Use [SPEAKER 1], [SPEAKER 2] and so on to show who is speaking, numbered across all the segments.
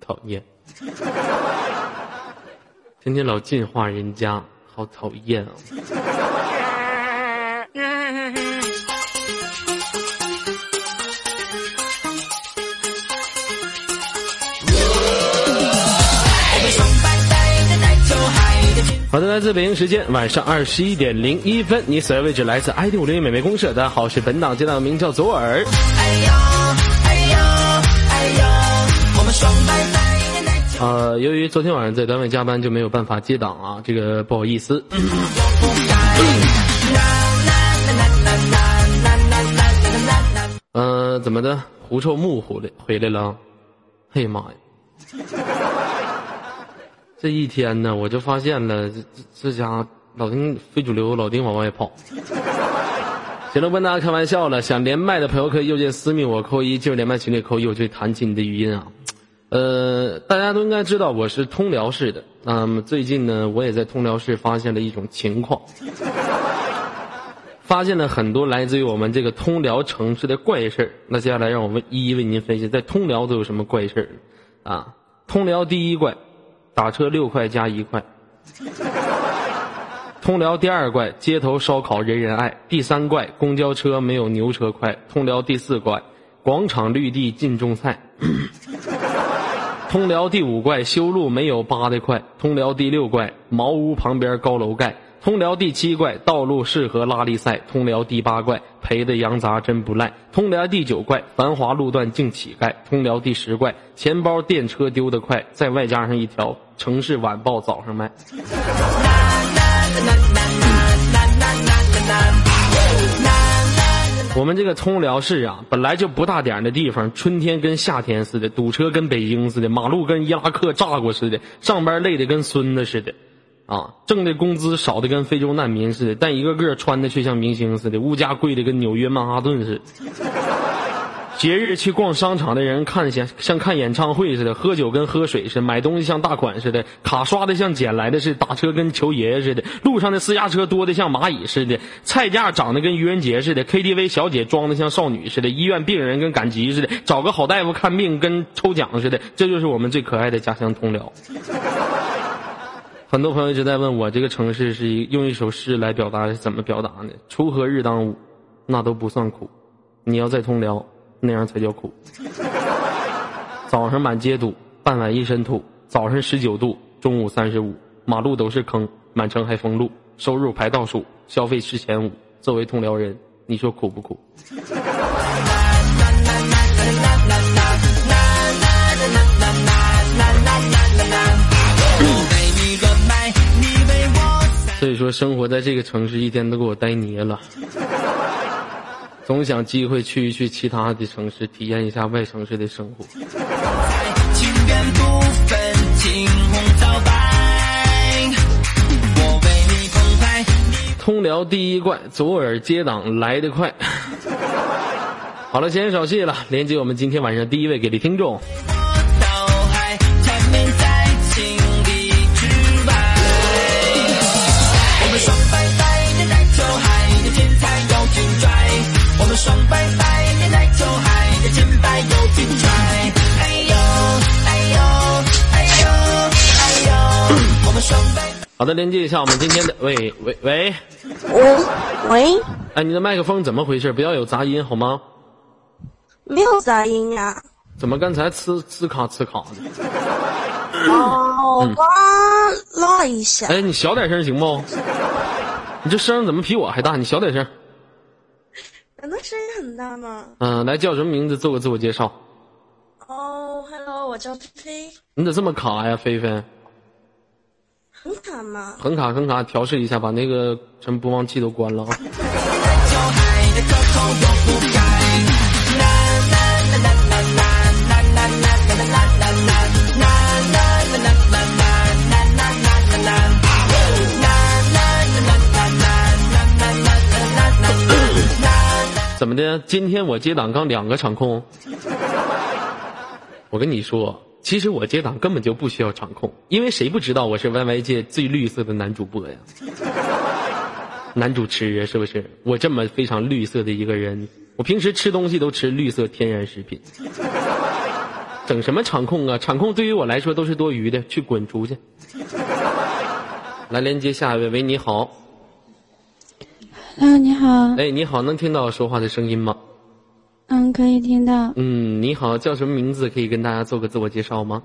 [SPEAKER 1] 讨厌。天天老净化人家，好讨厌啊！好的，来自北京时间晚上二十一点零一分，你所在位置来自 ID 五零一美眉公社。大家好，我是本档接档名叫左耳。呃，由于昨天晚上在单位加班，就没有办法接档啊，这个不好意思。呃，怎么的？狐臭木回来回来了？嘿妈呀！ 这一天呢，我就发现了，这这这家伙老丁非主流，老丁往外跑。 行了，不跟大家开玩笑了。想连麦的朋友可以右键私密我扣一，进入连麦群里扣一，我去弹起你的语音啊。呃，大家都应该知道我是通辽市的。那、么最近呢，我也在通辽市发现了一种情况，发现了很多来自于我们这个通辽城市的怪事儿。那接下来让我们一一为您分析，在通辽都有什么怪事儿啊？通辽第一怪，打车六块加一块。 通辽第二怪，街头烧烤人人爱；第三怪，公交车没有牛车快；通辽第四怪，广场绿地进种菜；通辽第五怪，修路没有扒的快；通辽第六怪，茅屋旁边高楼盖；通辽第七怪，道路适合拉力赛；通辽第八怪，赔的羊杂真不赖；通辽第九怪，繁华路段净乞丐；通辽第十怪，钱包电车丢得快，再外加上一条《城市晚报》早上卖。我们这个通辽市啊，本来就不大点儿的地方，春天跟夏天似的，堵车跟北京似的，马路跟伊拉克炸过似的，上班累得跟孙子似的，啊，挣的工资少的跟非洲难民似的，但一个个穿的却像明星似的，物价贵的跟纽约曼哈顿似的。节日去逛商场的人看像像看演唱会似的，喝酒跟喝水似的，买东西像大款似的，卡刷的像捡来的似的，打车跟求爷爷似的，路上的私家车多的像蚂蚁似的，菜价涨得跟愚人节似的，KTV 小姐装的像少女似的，医院病人跟赶集似的，找个好大夫看病跟抽奖似的，这就是我们最可爱的家乡通辽。很多朋友一直在问我，这个城市是一用一首诗来表达是怎么表达呢？锄禾日当午，那都不算苦，你要在通辽，那样才叫苦。早上满街堵，傍晚一身土。早上十九度，中午三十五，马路都是坑，满城还封路，收入排倒数，消费是前五。作为通辽人，你说苦不苦？所以说，生活在这个城市一天都给我呆捏了，总想机会去一去其他的城市，体验一下外城市的生活。
[SPEAKER 2] 情缘不分青红皂白，我为你澎湃。
[SPEAKER 1] 通辽第一怪，左耳接档来得快。 好了，闲言少叙了，连接我们今天晚上第一位给力听众。
[SPEAKER 2] 我脑海缠绵在情理之外。我们爽拜拜，年代就嗨，的天才又挺拽。我们爽拜拜，年代就嗨，的天才又挺拽。哎呦哎呦哎呦哎呦，我们爽拜。
[SPEAKER 1] 好的，连接一下我们今天的喂喂喂，
[SPEAKER 3] 喂喂，
[SPEAKER 1] 哎，你的麦克风怎么回事？不要有杂音好吗？
[SPEAKER 3] 没有杂音呀、
[SPEAKER 1] 怎么刚才呲呲卡呲卡的？
[SPEAKER 3] 哦，我刚拉了一下。
[SPEAKER 1] 哎，你小点声行不？你这声怎么比我还大？你小点声。
[SPEAKER 3] 难道声音很大吗？
[SPEAKER 1] 嗯、来叫什么名字？做个自我介绍。
[SPEAKER 3] 哦、h e l l o 我叫菲菲，
[SPEAKER 1] 你咋这么卡呀，菲菲？
[SPEAKER 3] 很卡吗？
[SPEAKER 1] 很卡很卡，调试一下，把那个什么播放器都关了啊。怎么的？今天我接档刚两个场控，我跟你说，其实我接档根本就不需要场控，因为谁不知道我是 YY 界最绿色的男主播呀？ 男主持啊，是不是？我这么非常绿色的一个人，我平时吃东西都吃绿色天然食品，整什么场控啊？场控对于我来说都是多余的，去滚出去。来连接下一位，喂，你好，
[SPEAKER 4] 嗯，你好，
[SPEAKER 1] 哎，你好，能听到我说话的声音吗？
[SPEAKER 4] 嗯，可以听到。
[SPEAKER 1] 嗯，你好，叫什么名字？可以跟大家做个自我介绍吗？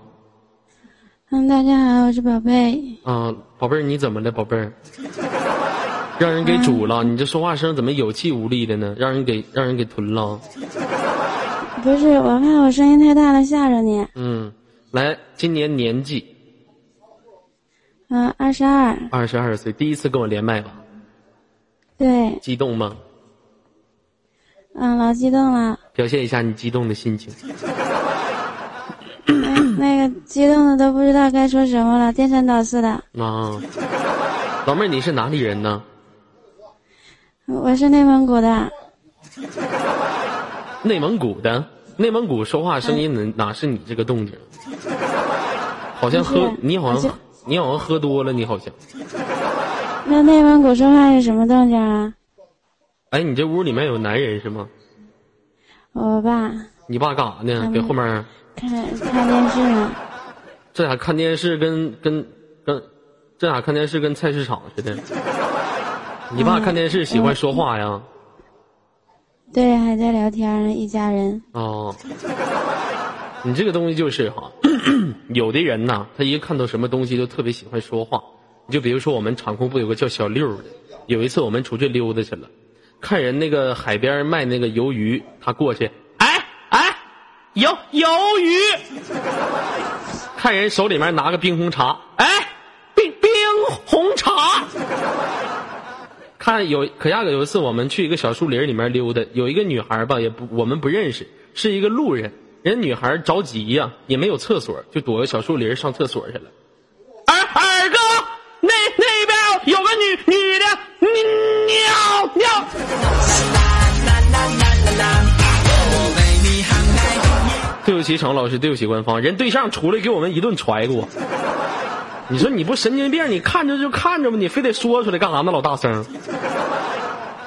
[SPEAKER 4] 嗯，大家好，我是宝贝。
[SPEAKER 1] 啊，宝贝儿，你怎么了，宝贝儿？让人给煮了，你这说话声怎么有气无力的呢？让人给让人给吞了。
[SPEAKER 4] 不是，我怕我声音太大了吓着你。
[SPEAKER 1] 嗯，来，今年年纪
[SPEAKER 4] 嗯，二十二。
[SPEAKER 1] 二十二岁，第一次跟我连麦吧，
[SPEAKER 4] 对，
[SPEAKER 1] 激动吗？
[SPEAKER 4] 嗯，老激动了。
[SPEAKER 1] 表现一下你激动的心情。
[SPEAKER 4] 哎，那个激动的都不知道该说什么了，颠三倒四的。
[SPEAKER 1] 啊，老妹儿，你是哪里人呢？
[SPEAKER 4] 我是内蒙古的，
[SPEAKER 1] 内蒙古的，内蒙古说话声音哪哪是你这个动静？好像
[SPEAKER 4] 不
[SPEAKER 1] 喝
[SPEAKER 4] 是
[SPEAKER 1] 你好
[SPEAKER 4] 我
[SPEAKER 1] 像
[SPEAKER 4] 就
[SPEAKER 1] 你好像喝多了，你好像。
[SPEAKER 4] 那内蒙古说话是什么动静啊？
[SPEAKER 1] 哎，你这屋里面有男人是吗？
[SPEAKER 4] 我爸
[SPEAKER 1] 你爸干啥呢？
[SPEAKER 4] 嗯
[SPEAKER 1] 给后面
[SPEAKER 4] 看看电视呢。
[SPEAKER 1] 这俩看电视跟跟跟，这俩看电视跟菜市场似的。你爸看电视喜欢说话呀？
[SPEAKER 4] 对，还在聊天呢，一家人。
[SPEAKER 1] 哦，你这个东西就是哈， 有的人呐，他一看到什么东西就特别喜欢说话。你就比如说我们场控部有个叫小六的，有一次我们出去溜达去了，看人那个海边卖那个鱿鱼，他过去，哎哎，鱿鱿鱼，看人手里面拿个冰红茶，哎，冰冰红茶。看有可亚有一次我们去一个小树林里面溜达，有一个女孩吧，也不我们不认识，是一个路人。人女孩着急呀、也没有厕所，就躲个小树林上厕所去了。二哎二哥，那那边有个女女的，你尿尿。对不起，程老师，对不起，官方，人对象出来给我们一顿揣给我。你说你不神经病？你看着就看着吧，你非得说出来干啥呢？老大声，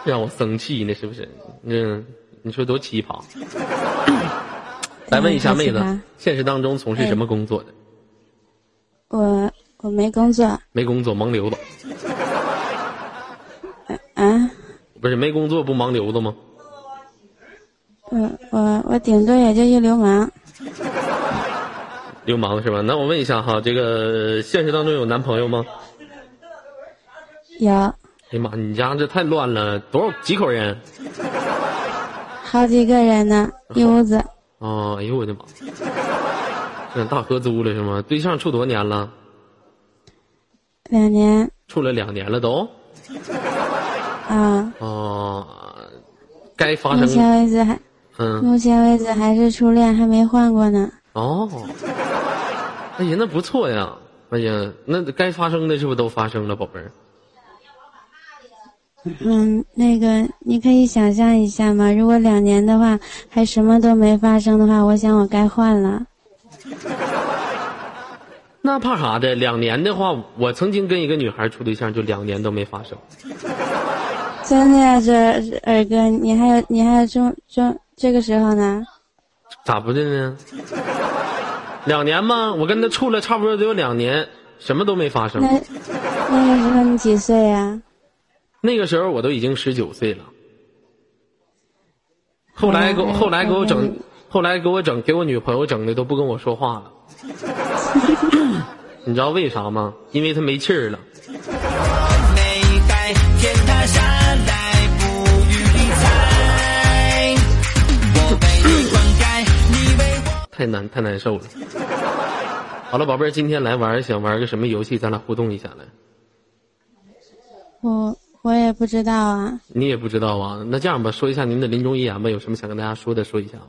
[SPEAKER 1] 让我生气呢，是不是？嗯，你说多奇葩。来问一下妹
[SPEAKER 4] 太奇
[SPEAKER 1] 子
[SPEAKER 4] 葩，
[SPEAKER 1] 现实当中从事什么工作的？
[SPEAKER 4] 我我没工作
[SPEAKER 1] 没工作，盲流子。
[SPEAKER 4] 啊，
[SPEAKER 1] 不是没工作不盲流子吗？
[SPEAKER 4] 我我我顶多也就一流氓。
[SPEAKER 1] 流氓是吧？那我问一下哈，这个现实当中有男朋友吗？
[SPEAKER 4] 有
[SPEAKER 1] 哎呀妈，你家这太乱了，多少几口人？
[SPEAKER 4] 好几个人呢，一屋子。
[SPEAKER 1] 哦，哎呦我的妈！这大合租了是吗？对象处多少年了？
[SPEAKER 4] 两年
[SPEAKER 1] 处了两年了都。
[SPEAKER 4] 啊，
[SPEAKER 1] 哦，该发
[SPEAKER 4] 目
[SPEAKER 1] 生
[SPEAKER 4] 前为止还
[SPEAKER 1] 嗯
[SPEAKER 4] 目前为止还是初恋，还没换过呢。
[SPEAKER 1] 哦，哎呀，那不错呀！哎呀，那该发生的是不是都发生了，宝贝儿？
[SPEAKER 4] 嗯，那个你可以想象一下吗？如果两年的话，还什么都没发生的话，我想我该换了。
[SPEAKER 1] 那怕啥的？两年的话，我曾经跟一个女孩处对象，就两年都没发生。
[SPEAKER 4] 真的呀，这这二哥，你还有你还有中中这个时候呢？
[SPEAKER 1] 咋不的呢？两年吗？我跟他处了差不多得有两年，什么都没发生
[SPEAKER 4] 那。那个时候你几岁呀、
[SPEAKER 1] 那个时候我都已经十九岁了。后来给我
[SPEAKER 4] 哎
[SPEAKER 1] 后来给我
[SPEAKER 4] 哎
[SPEAKER 1] 整
[SPEAKER 4] 哎，
[SPEAKER 1] 后来给我整，给我女朋友整的都不跟我说话了。 你知道为啥吗？因为她没气儿了。
[SPEAKER 2] 没改，天塌下来不予理睬。我被你灌溉，你为我。
[SPEAKER 1] 太难太难受了。好了，宝贝儿，今天来玩儿，想玩个什么游戏？咱俩互动一下来。
[SPEAKER 4] 我我也不知道啊。
[SPEAKER 1] 你也不知道啊？那这样吧，说一下您的临终遗言吧，有什么想跟大家说的，说一下吧。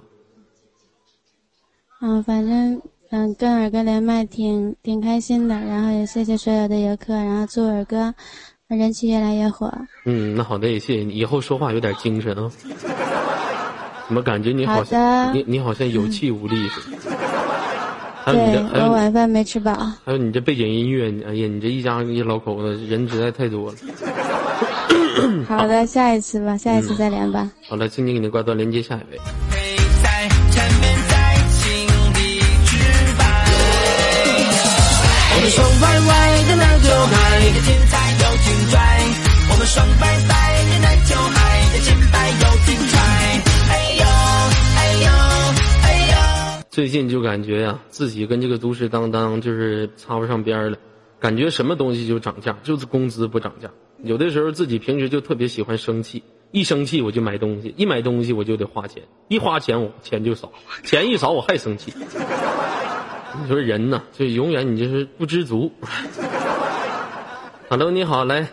[SPEAKER 4] 嗯，反正嗯，跟耳哥连麦挺挺开心的，然后也谢谢所有的游客，然后祝耳哥人气越来越火。
[SPEAKER 1] 嗯，那好的，也谢谢你。以后说话有点精神 啊。怎么感觉你好
[SPEAKER 4] 好
[SPEAKER 1] 像
[SPEAKER 4] 的嗯
[SPEAKER 1] 你你好像有气无力似的？还有你
[SPEAKER 4] 对
[SPEAKER 1] 这还
[SPEAKER 4] 我
[SPEAKER 1] 有你
[SPEAKER 4] 晚饭没吃饱，
[SPEAKER 1] 还有你这背景音乐，你哎呀，你这一家一老口子人实在太多了。嗯
[SPEAKER 4] 好的，下一次吧，下一次再连吧。
[SPEAKER 1] 好了，静静给您挂断，连接下一位。
[SPEAKER 2] 陪在缠绵在心里。的精彩又挺拽，我们爽拜拜，人来就嗨，的真白又挺拽，哎呦哎呦哎呦。
[SPEAKER 1] 最近就感觉呀、自己跟这个都市当当就是插不上边儿了，感觉什么东西就涨价，就是工资不涨价。有的时候自己平时就特别喜欢生气，一生气我就买东西，一买东西我就得花钱，一花钱我钱就少，钱一少我还生气。 你说人呐，就永远你就是不知足。Hello，你好，来，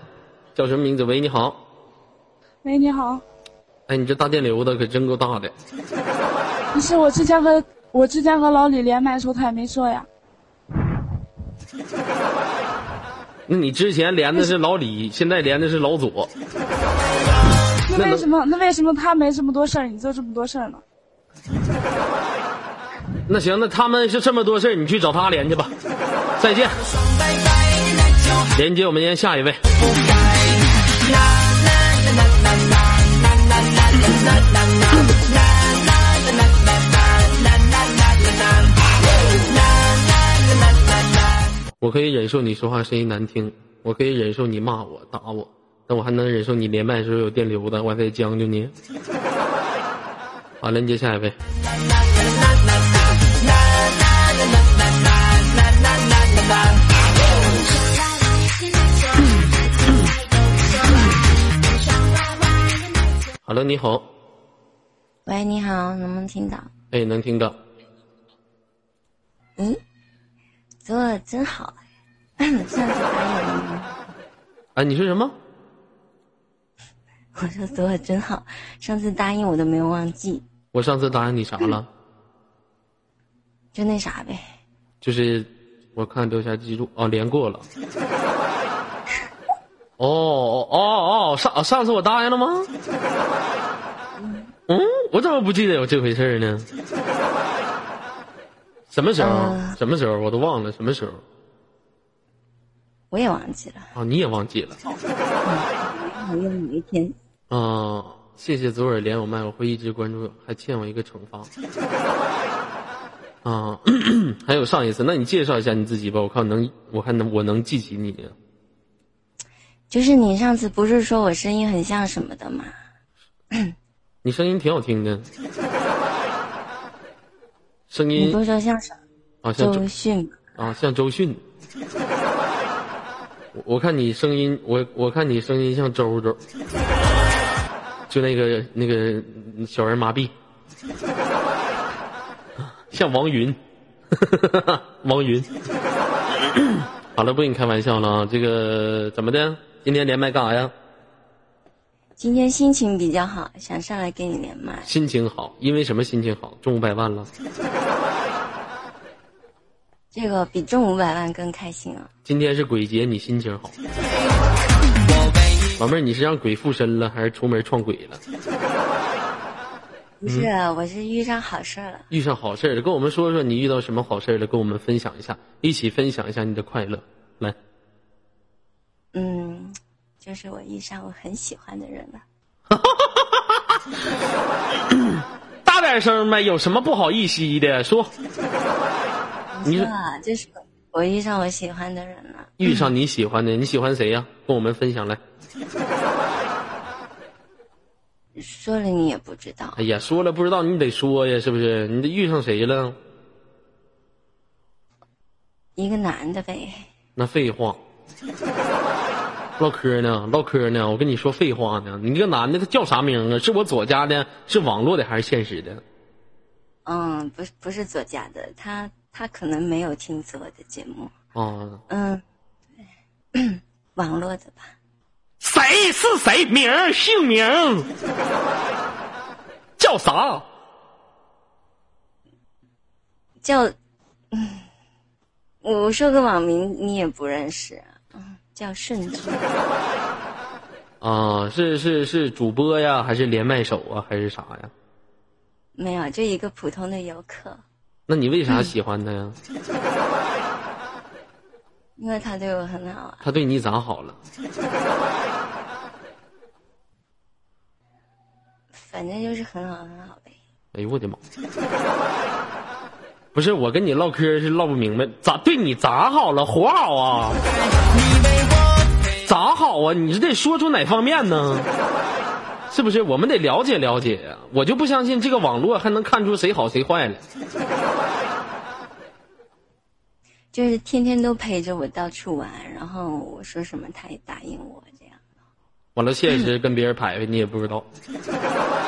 [SPEAKER 1] 叫什么名字？喂，你好，
[SPEAKER 5] 喂，你好，
[SPEAKER 1] 哎，你这大电流子可真够大的。
[SPEAKER 5] 不是我之前和我之前和老李连麦的时候，他也没说呀。
[SPEAKER 1] 那你之前连的是老李，现在连的是老左。那
[SPEAKER 5] 那
[SPEAKER 1] 能
[SPEAKER 5] 为什么那为什么他没这么多事儿，你就这么多事儿呢？
[SPEAKER 1] 那行，那他们是这么多事儿，你去找他连去吧。再见。连接我们今天下一位。我可以忍受你说话声音难听，我可以忍受你骂我、打我，但我还能忍受你连麦的时候有电流的，我还得将就你。 好，连接下一位。Hello，你好，
[SPEAKER 6] 喂，你好，能不能听到？
[SPEAKER 1] 哎，能听到？
[SPEAKER 6] 咦，做的真好，啊上次答应了吗？
[SPEAKER 1] 哎，你说什么？
[SPEAKER 6] 我说做的真好，上次答应我都没有忘记，
[SPEAKER 1] 我上次答应你啥了？
[SPEAKER 6] 嗯就那啥呗。
[SPEAKER 1] 就是我看留下记录哦，连过了。哦哦哦哦，上上次我答应了吗？嗯，我怎么不记得有这回事儿呢？什么时候？
[SPEAKER 6] 呃
[SPEAKER 1] 什么时候？我都忘了什么时候
[SPEAKER 6] 我也忘记了，
[SPEAKER 1] 啊！你也忘记了
[SPEAKER 6] 好用某一天。
[SPEAKER 1] 啊！谢谢左耳连我麦，我会一直关注，还欠我一个惩罚。啊， 还有上一次，那你介绍一下你自己吧，我看能，我看能，我能记起你。
[SPEAKER 6] 就是你上次不是说我声音很像什么的吗？
[SPEAKER 1] 你声音挺好听的，声
[SPEAKER 6] 你
[SPEAKER 1] 音
[SPEAKER 6] 不是说像什么
[SPEAKER 1] 啊像周
[SPEAKER 6] 周迅吗？
[SPEAKER 1] 啊像周迅，我我看你声音，我我看你声音像周周，就那个那个小人麻痹，像王云， 王云。好了，不跟你开玩笑了啊！这个怎么的？今天连麦干啥呀？
[SPEAKER 6] 今天心情比较好，想上来跟你连麦。
[SPEAKER 1] 心情好，因为什么心情好？中五百万了。
[SPEAKER 6] 这个比中五百万更开心啊！
[SPEAKER 1] 今天是鬼节，你心情好。老妹儿，你是让鬼附身了，还是出门撞鬼了？嗯
[SPEAKER 6] 不是，啊我是遇上好事儿了。
[SPEAKER 1] 遇上好事儿了，跟我们说说你遇到什么好事儿了，跟我们分享一下，一起分享一下你的快乐。来，
[SPEAKER 6] 嗯，就是我遇上我很喜欢的人了。
[SPEAKER 1] 大点声呗，有什么不好意思的？说，你是
[SPEAKER 6] 啊，就是我遇上我喜欢的人了。
[SPEAKER 1] 遇上你喜欢的，你喜欢谁呀、跟我们分享来。
[SPEAKER 6] 说了你也不知道，
[SPEAKER 1] 哎呀，说了不知道你得说呀，是不是？你得遇上谁了？
[SPEAKER 6] 一个男的呗，
[SPEAKER 1] 那废话，唠嗑呢，唠嗑呢，我跟你说废话呢。你这个男的他叫啥名啊？是我左家的，是网络的还是现实的？
[SPEAKER 6] 嗯，不是不是作家的，他他可能没有听错我的节目，
[SPEAKER 1] 啊，
[SPEAKER 6] 嗯，对网络的吧，
[SPEAKER 1] 谁是谁名儿姓名儿，叫啥？
[SPEAKER 6] 叫，嗯，我我说个网名你也不认识啊，嗯，叫顺治，
[SPEAKER 1] 啊，是是是主播呀，还是连麦手啊，还是啥呀？
[SPEAKER 6] 没有，就一个普通的游客，
[SPEAKER 1] 那你为啥喜欢他呀？
[SPEAKER 6] 因为他对我很好啊，
[SPEAKER 1] 他对你咋好了？
[SPEAKER 6] 反正就是很好很好呗，
[SPEAKER 1] 哎呦我的妈！不是我跟你唠嗑是唠不明白，咋对你咋好了？活好啊！
[SPEAKER 2] 你为我
[SPEAKER 1] 哪好啊？你得说出哪方面呢？是不是？我们得了解了解呀。我就不相信这个网络还能看出谁好谁坏来。
[SPEAKER 6] 就是天天都陪着我到处玩，然后我说什么他也答应我这样。
[SPEAKER 1] 完了，现实跟别人排排，你也不知道。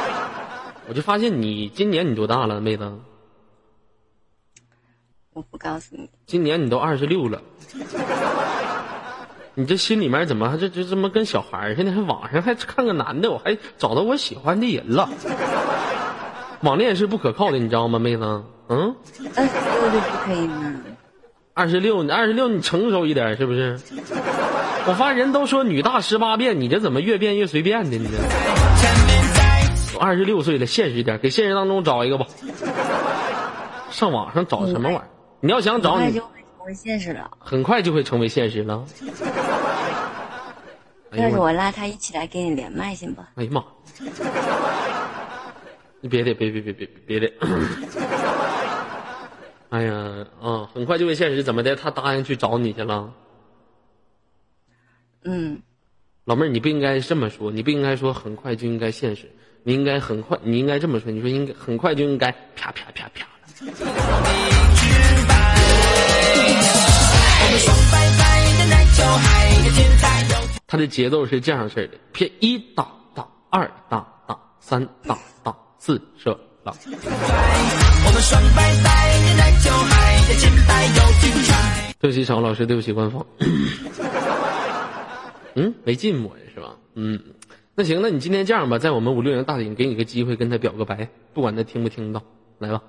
[SPEAKER 1] 我就发现你今年你多大了，妹子？
[SPEAKER 6] 我不告诉你，
[SPEAKER 1] 今年你都二十六了，你这心里面怎么还这这怎么跟小孩儿似的？还网上还看个男的，我还找到我喜欢的人了。网恋是不可靠的，你知道吗，妹子？嗯，
[SPEAKER 6] 二十六就不可以吗？
[SPEAKER 1] 二十六，你二十六，你成熟一点是不是？我发现人都说女大十八变，你这怎么越变越随便的？你这我二十六岁了，现实一点，给现实当中找一个吧。上网上找什么玩意儿？你要想找
[SPEAKER 6] 很快
[SPEAKER 1] 你
[SPEAKER 6] 就，会成为现实了。
[SPEAKER 1] 很快就会成为现实了。哎
[SPEAKER 6] 要
[SPEAKER 1] 呀
[SPEAKER 6] 是
[SPEAKER 1] 我，
[SPEAKER 6] 我拉他一起来给你连麦行吧？
[SPEAKER 1] 哎呀妈！你别的，别别别别别的。 哎呀，啊、很快就会现实，怎么的？他答应去找你去了。
[SPEAKER 6] 嗯，
[SPEAKER 1] 老妹儿，你不应该这么说，你不应该说很快就应该现实，你应该很快，你应该这么说，你说应该很快就应该啪啪啪啪了。他的节奏是这样式儿的：撇一打打，二打打，三打打，四射了。对不起，常老师，对不起，官方。嗯，没进我是吧？嗯，那行，那你今天这样吧，在我们五六零大顶给你个机会跟他表个白，不管他听不听到，来吧。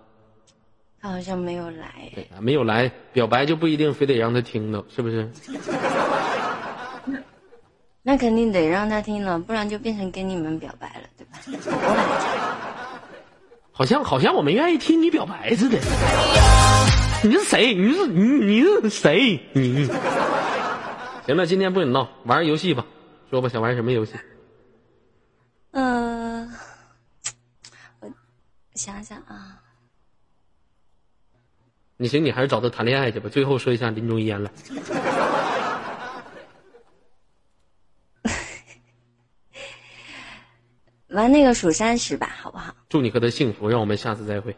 [SPEAKER 6] 他好像没有来。
[SPEAKER 1] 对啊没有来表白就不一定非得让他听到，是不是？
[SPEAKER 6] 那肯定得让他听了，不然就变成跟你们表白了，对吧？我来讲
[SPEAKER 1] 好像好像我们愿意听你表白似的。你是谁？你是你你是谁？你。行了，今天不跟你闹，玩儿游戏吧。说吧，想玩什么游戏？
[SPEAKER 6] 嗯、呃，我想想啊，
[SPEAKER 1] 你行，你还是找他谈恋爱去吧。最后说一下临终遗言了。
[SPEAKER 6] 玩那个数三十吧，好不好？
[SPEAKER 1] 祝你和他幸福，让我们下次再会。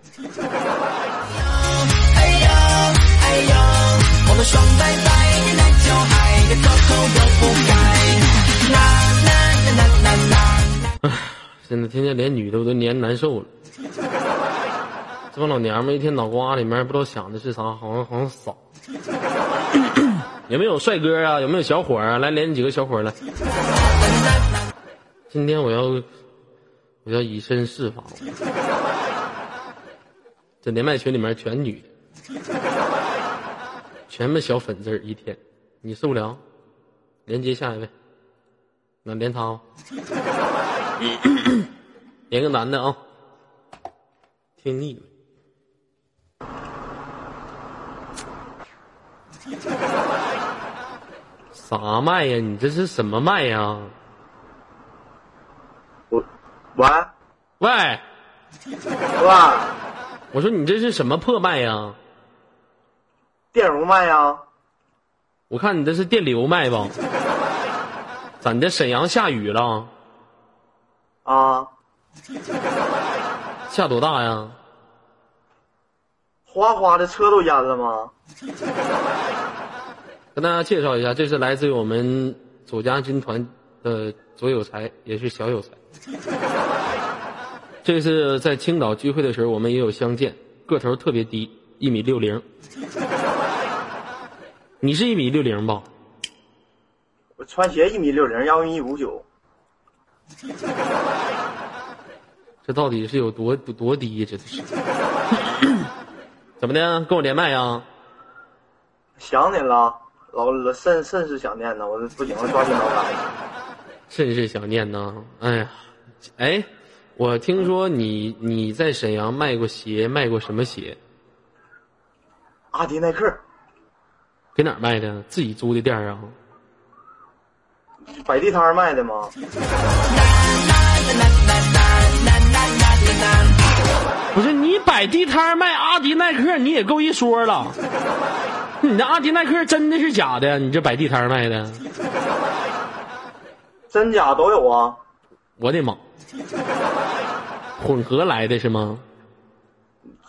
[SPEAKER 1] 现在天天连女的我都连难受了，这帮老娘们一天脑瓜里面不知道想的是啥，好像好像傻。有没有帅哥啊？有没有小伙儿啊？来连几个小伙儿来。今天我要我要以身试法。这连麦群里面全女的，全部小粉丝儿一天，你受不了？连接下一位，那连他、哦，连个男的啊、听腻了。 啥麦呀？你这是什么麦呀？
[SPEAKER 7] 我喂
[SPEAKER 1] 喂，
[SPEAKER 7] 喂，
[SPEAKER 1] 我说你这是什么破麦呀？
[SPEAKER 7] 电容麦呀？
[SPEAKER 1] 我看你这是电流麦吧？咱这沈阳下雨了，
[SPEAKER 7] 啊，
[SPEAKER 1] 下多大呀？
[SPEAKER 7] 哗哗的车都淹了吗？
[SPEAKER 1] 跟大家介绍一下，这是来自于我们左家军团的左有才，也是小有才。这次在青岛聚会的时候，我们也有相见，个头特别低，一米六零。你是一米六零吧？
[SPEAKER 7] 我穿鞋一米六零，腰一米五九，
[SPEAKER 1] 这到底是有多多低？这是怎么的？跟我连麦啊呀？
[SPEAKER 7] 想你了，老老甚甚是想念呢，我这不行了，抓紧老板。
[SPEAKER 1] 甚是想念呢。哎呀，哎，我听说你你在沈阳卖过鞋，卖过什么鞋？
[SPEAKER 7] 阿迪耐克，
[SPEAKER 1] 给哪儿卖的？自己租的店儿啊？
[SPEAKER 7] 摆地摊儿卖的吗？
[SPEAKER 1] 不是你摆地摊儿卖阿迪耐克，你也够一说了。 你那阿迪耐克真的是假的？你这摆地摊儿卖的？
[SPEAKER 7] 真假都有啊。
[SPEAKER 1] 我的妈，混合来的是吗？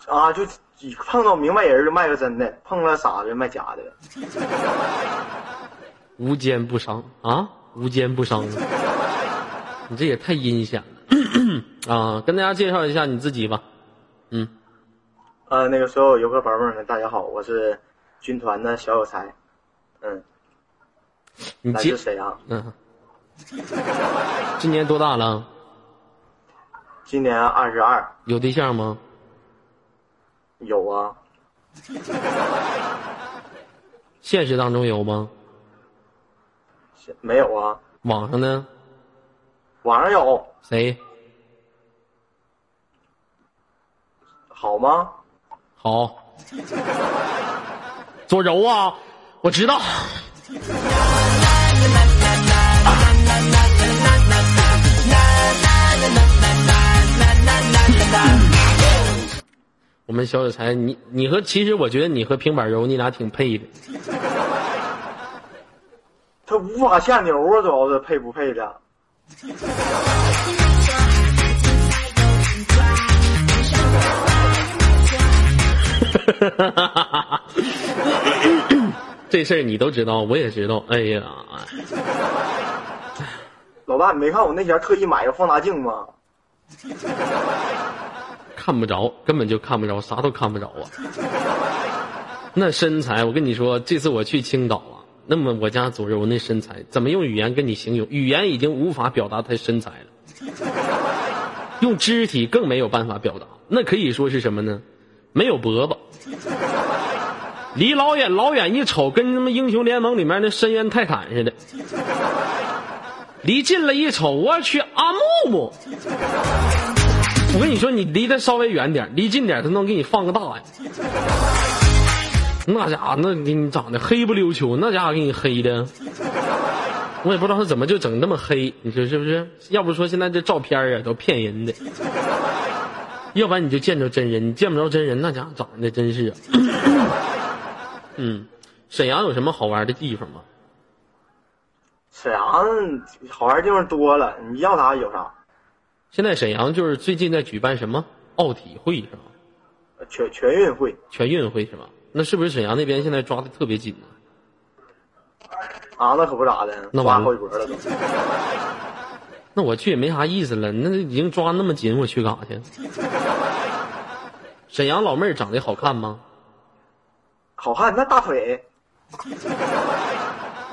[SPEAKER 7] 啊，就几碰到明白人就卖个真的，碰了傻子卖假的。
[SPEAKER 1] 无奸不商啊，无奸不商，你这也太阴险了 啊！跟大家介绍一下你自己吧，嗯，
[SPEAKER 7] 呃，那个所有游客朋友们，大家好，我是军团的小有才，嗯，
[SPEAKER 1] 你
[SPEAKER 7] 来
[SPEAKER 1] 介
[SPEAKER 7] 自沈阳，
[SPEAKER 1] 嗯，今年多大了？
[SPEAKER 7] 今年二十二，
[SPEAKER 1] 有对象吗？
[SPEAKER 7] 有啊，
[SPEAKER 1] 现实当中有吗？
[SPEAKER 7] 没有啊？
[SPEAKER 1] 网上呢？
[SPEAKER 7] 网上有，
[SPEAKER 1] 谁
[SPEAKER 7] 好吗？
[SPEAKER 1] 好？左柔啊，我知道。我们小有才，你你和其实我觉得你和平板柔你俩挺配的，
[SPEAKER 7] 他无法下牛啊，主要是配不配的。
[SPEAKER 1] 这事儿你都知道，我也知道。哎呀，
[SPEAKER 7] 老大，你没看我那前儿特意买个放大镜吗？
[SPEAKER 1] 看不着，根本就看不着，啥都看不着啊！那身材，我跟你说，这次我去青岛啊，那么我家左柔那身材，怎么用语言跟你形容？语言已经无法表达她身材了，用肢体更没有办法表达。那可以说是什么呢？没有脖子，离老远老远一瞅，跟他妈英雄联盟里面那深渊泰坦似的。离近了一瞅，我去，阿木木。我跟你说，你离他稍微远点儿，离近点儿他能给你放个大呀。那家伙，那给你长得黑不溜秋，那家伙给你黑的，我也不知道他怎么就整那么黑，你说是不是？要不说现在这照片儿啊都骗人的，要不然你就见着真人，你见不着真人，那家伙长得真是啊。嗯，沈阳有什么好玩的地方吗？
[SPEAKER 7] 沈阳好玩地方多了，你要啥有啥，
[SPEAKER 1] 现在沈阳就是最近在举办什么奥体会是吧？
[SPEAKER 7] 全全运会
[SPEAKER 1] 全运会是吧？那是不是沈阳那边现在抓的特别紧呢？
[SPEAKER 7] 啊，那可不咋的，
[SPEAKER 1] 那
[SPEAKER 7] 抓
[SPEAKER 1] 完了
[SPEAKER 7] 好几波了都。
[SPEAKER 1] 那我去也没啥意思了，那已经抓那么紧，我去干啥去？沈阳老妹儿长得好看吗？
[SPEAKER 7] 好看，那大腿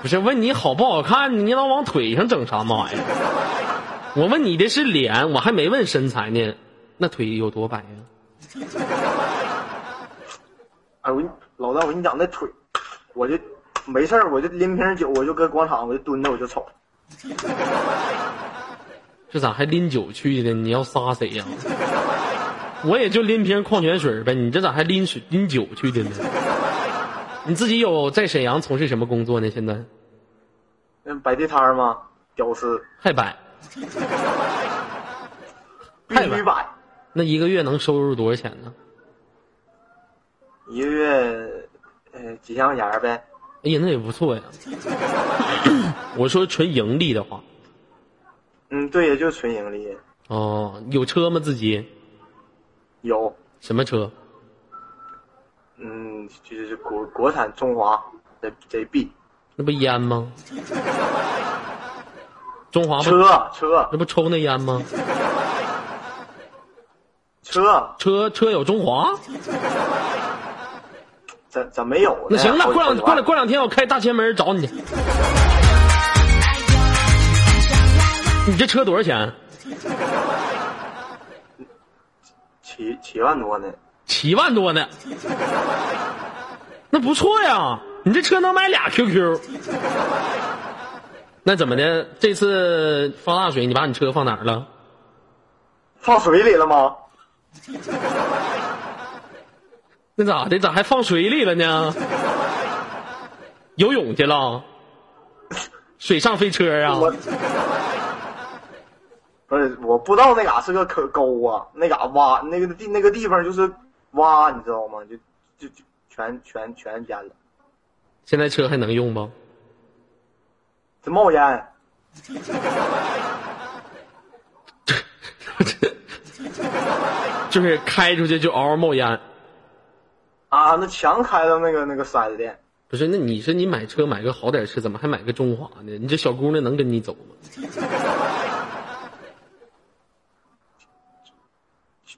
[SPEAKER 1] 不是问你好不好看，你老往腿上整啥嘛玩意儿？我问你的是脸，我还没问身材呢。那腿有多白呀、
[SPEAKER 7] 哎，我跟你老大，我跟你讲，那腿，我就没事儿，我就拎瓶酒，我就搁广场，我就蹲着，我就瞅。
[SPEAKER 1] 这咋还拎酒去的？你要杀谁呀、我也就拎瓶矿泉水呗，你这咋还拎水拎酒去的呢？你自己有在沈阳从事什么工作呢？现在
[SPEAKER 7] 那摆地摊儿吗？屌丝
[SPEAKER 1] 还摆？
[SPEAKER 7] 必
[SPEAKER 1] 太
[SPEAKER 7] 须
[SPEAKER 1] 晚
[SPEAKER 7] 摆，
[SPEAKER 1] 那一个月能收入多少钱呢？
[SPEAKER 7] 一个月，呃，几千块钱儿呗。
[SPEAKER 1] 哎呀，那也不错 呀。我说纯盈利的话，
[SPEAKER 7] 嗯，对，也就纯盈利。
[SPEAKER 1] 哦，有车吗？自己
[SPEAKER 7] 有，
[SPEAKER 1] 什么车？
[SPEAKER 7] 嗯，就是国国产中华的 JB
[SPEAKER 1] 那不烟吗？中华啊不
[SPEAKER 7] 车车
[SPEAKER 1] 那不抽那烟吗？
[SPEAKER 7] 车，
[SPEAKER 1] 车车有中华？
[SPEAKER 7] 怎怎没有呢？
[SPEAKER 1] 那行了，
[SPEAKER 7] 好几
[SPEAKER 1] 过两
[SPEAKER 7] 好几
[SPEAKER 1] 过
[SPEAKER 7] 万
[SPEAKER 1] 两过两哎天我开大前门找你去。你这车多少钱？啊
[SPEAKER 7] 七七万多呢。
[SPEAKER 1] 七万多呢，那不错呀！你这车能买俩 QQ。那怎么的？这次放大水，你把你车放哪儿了？
[SPEAKER 7] 放水里了吗？
[SPEAKER 1] 那咋的？咋还放水里了呢？游泳去了？水上飞车啊？
[SPEAKER 7] 我不是，我不知道那嘎是个可沟啊，那嘎洼，那个地那个地方就是洼，你知道吗？就就就全全全淹了，
[SPEAKER 1] 现在车还能用不？
[SPEAKER 7] 这冒烟，
[SPEAKER 1] 就是开出去就嗷嗷冒烟。
[SPEAKER 7] 啊，那强开到那个那个四 S 店，
[SPEAKER 1] 不是，那你说你买车买个好点儿车，怎么还买个中华呢？你这小姑娘能跟你走吗？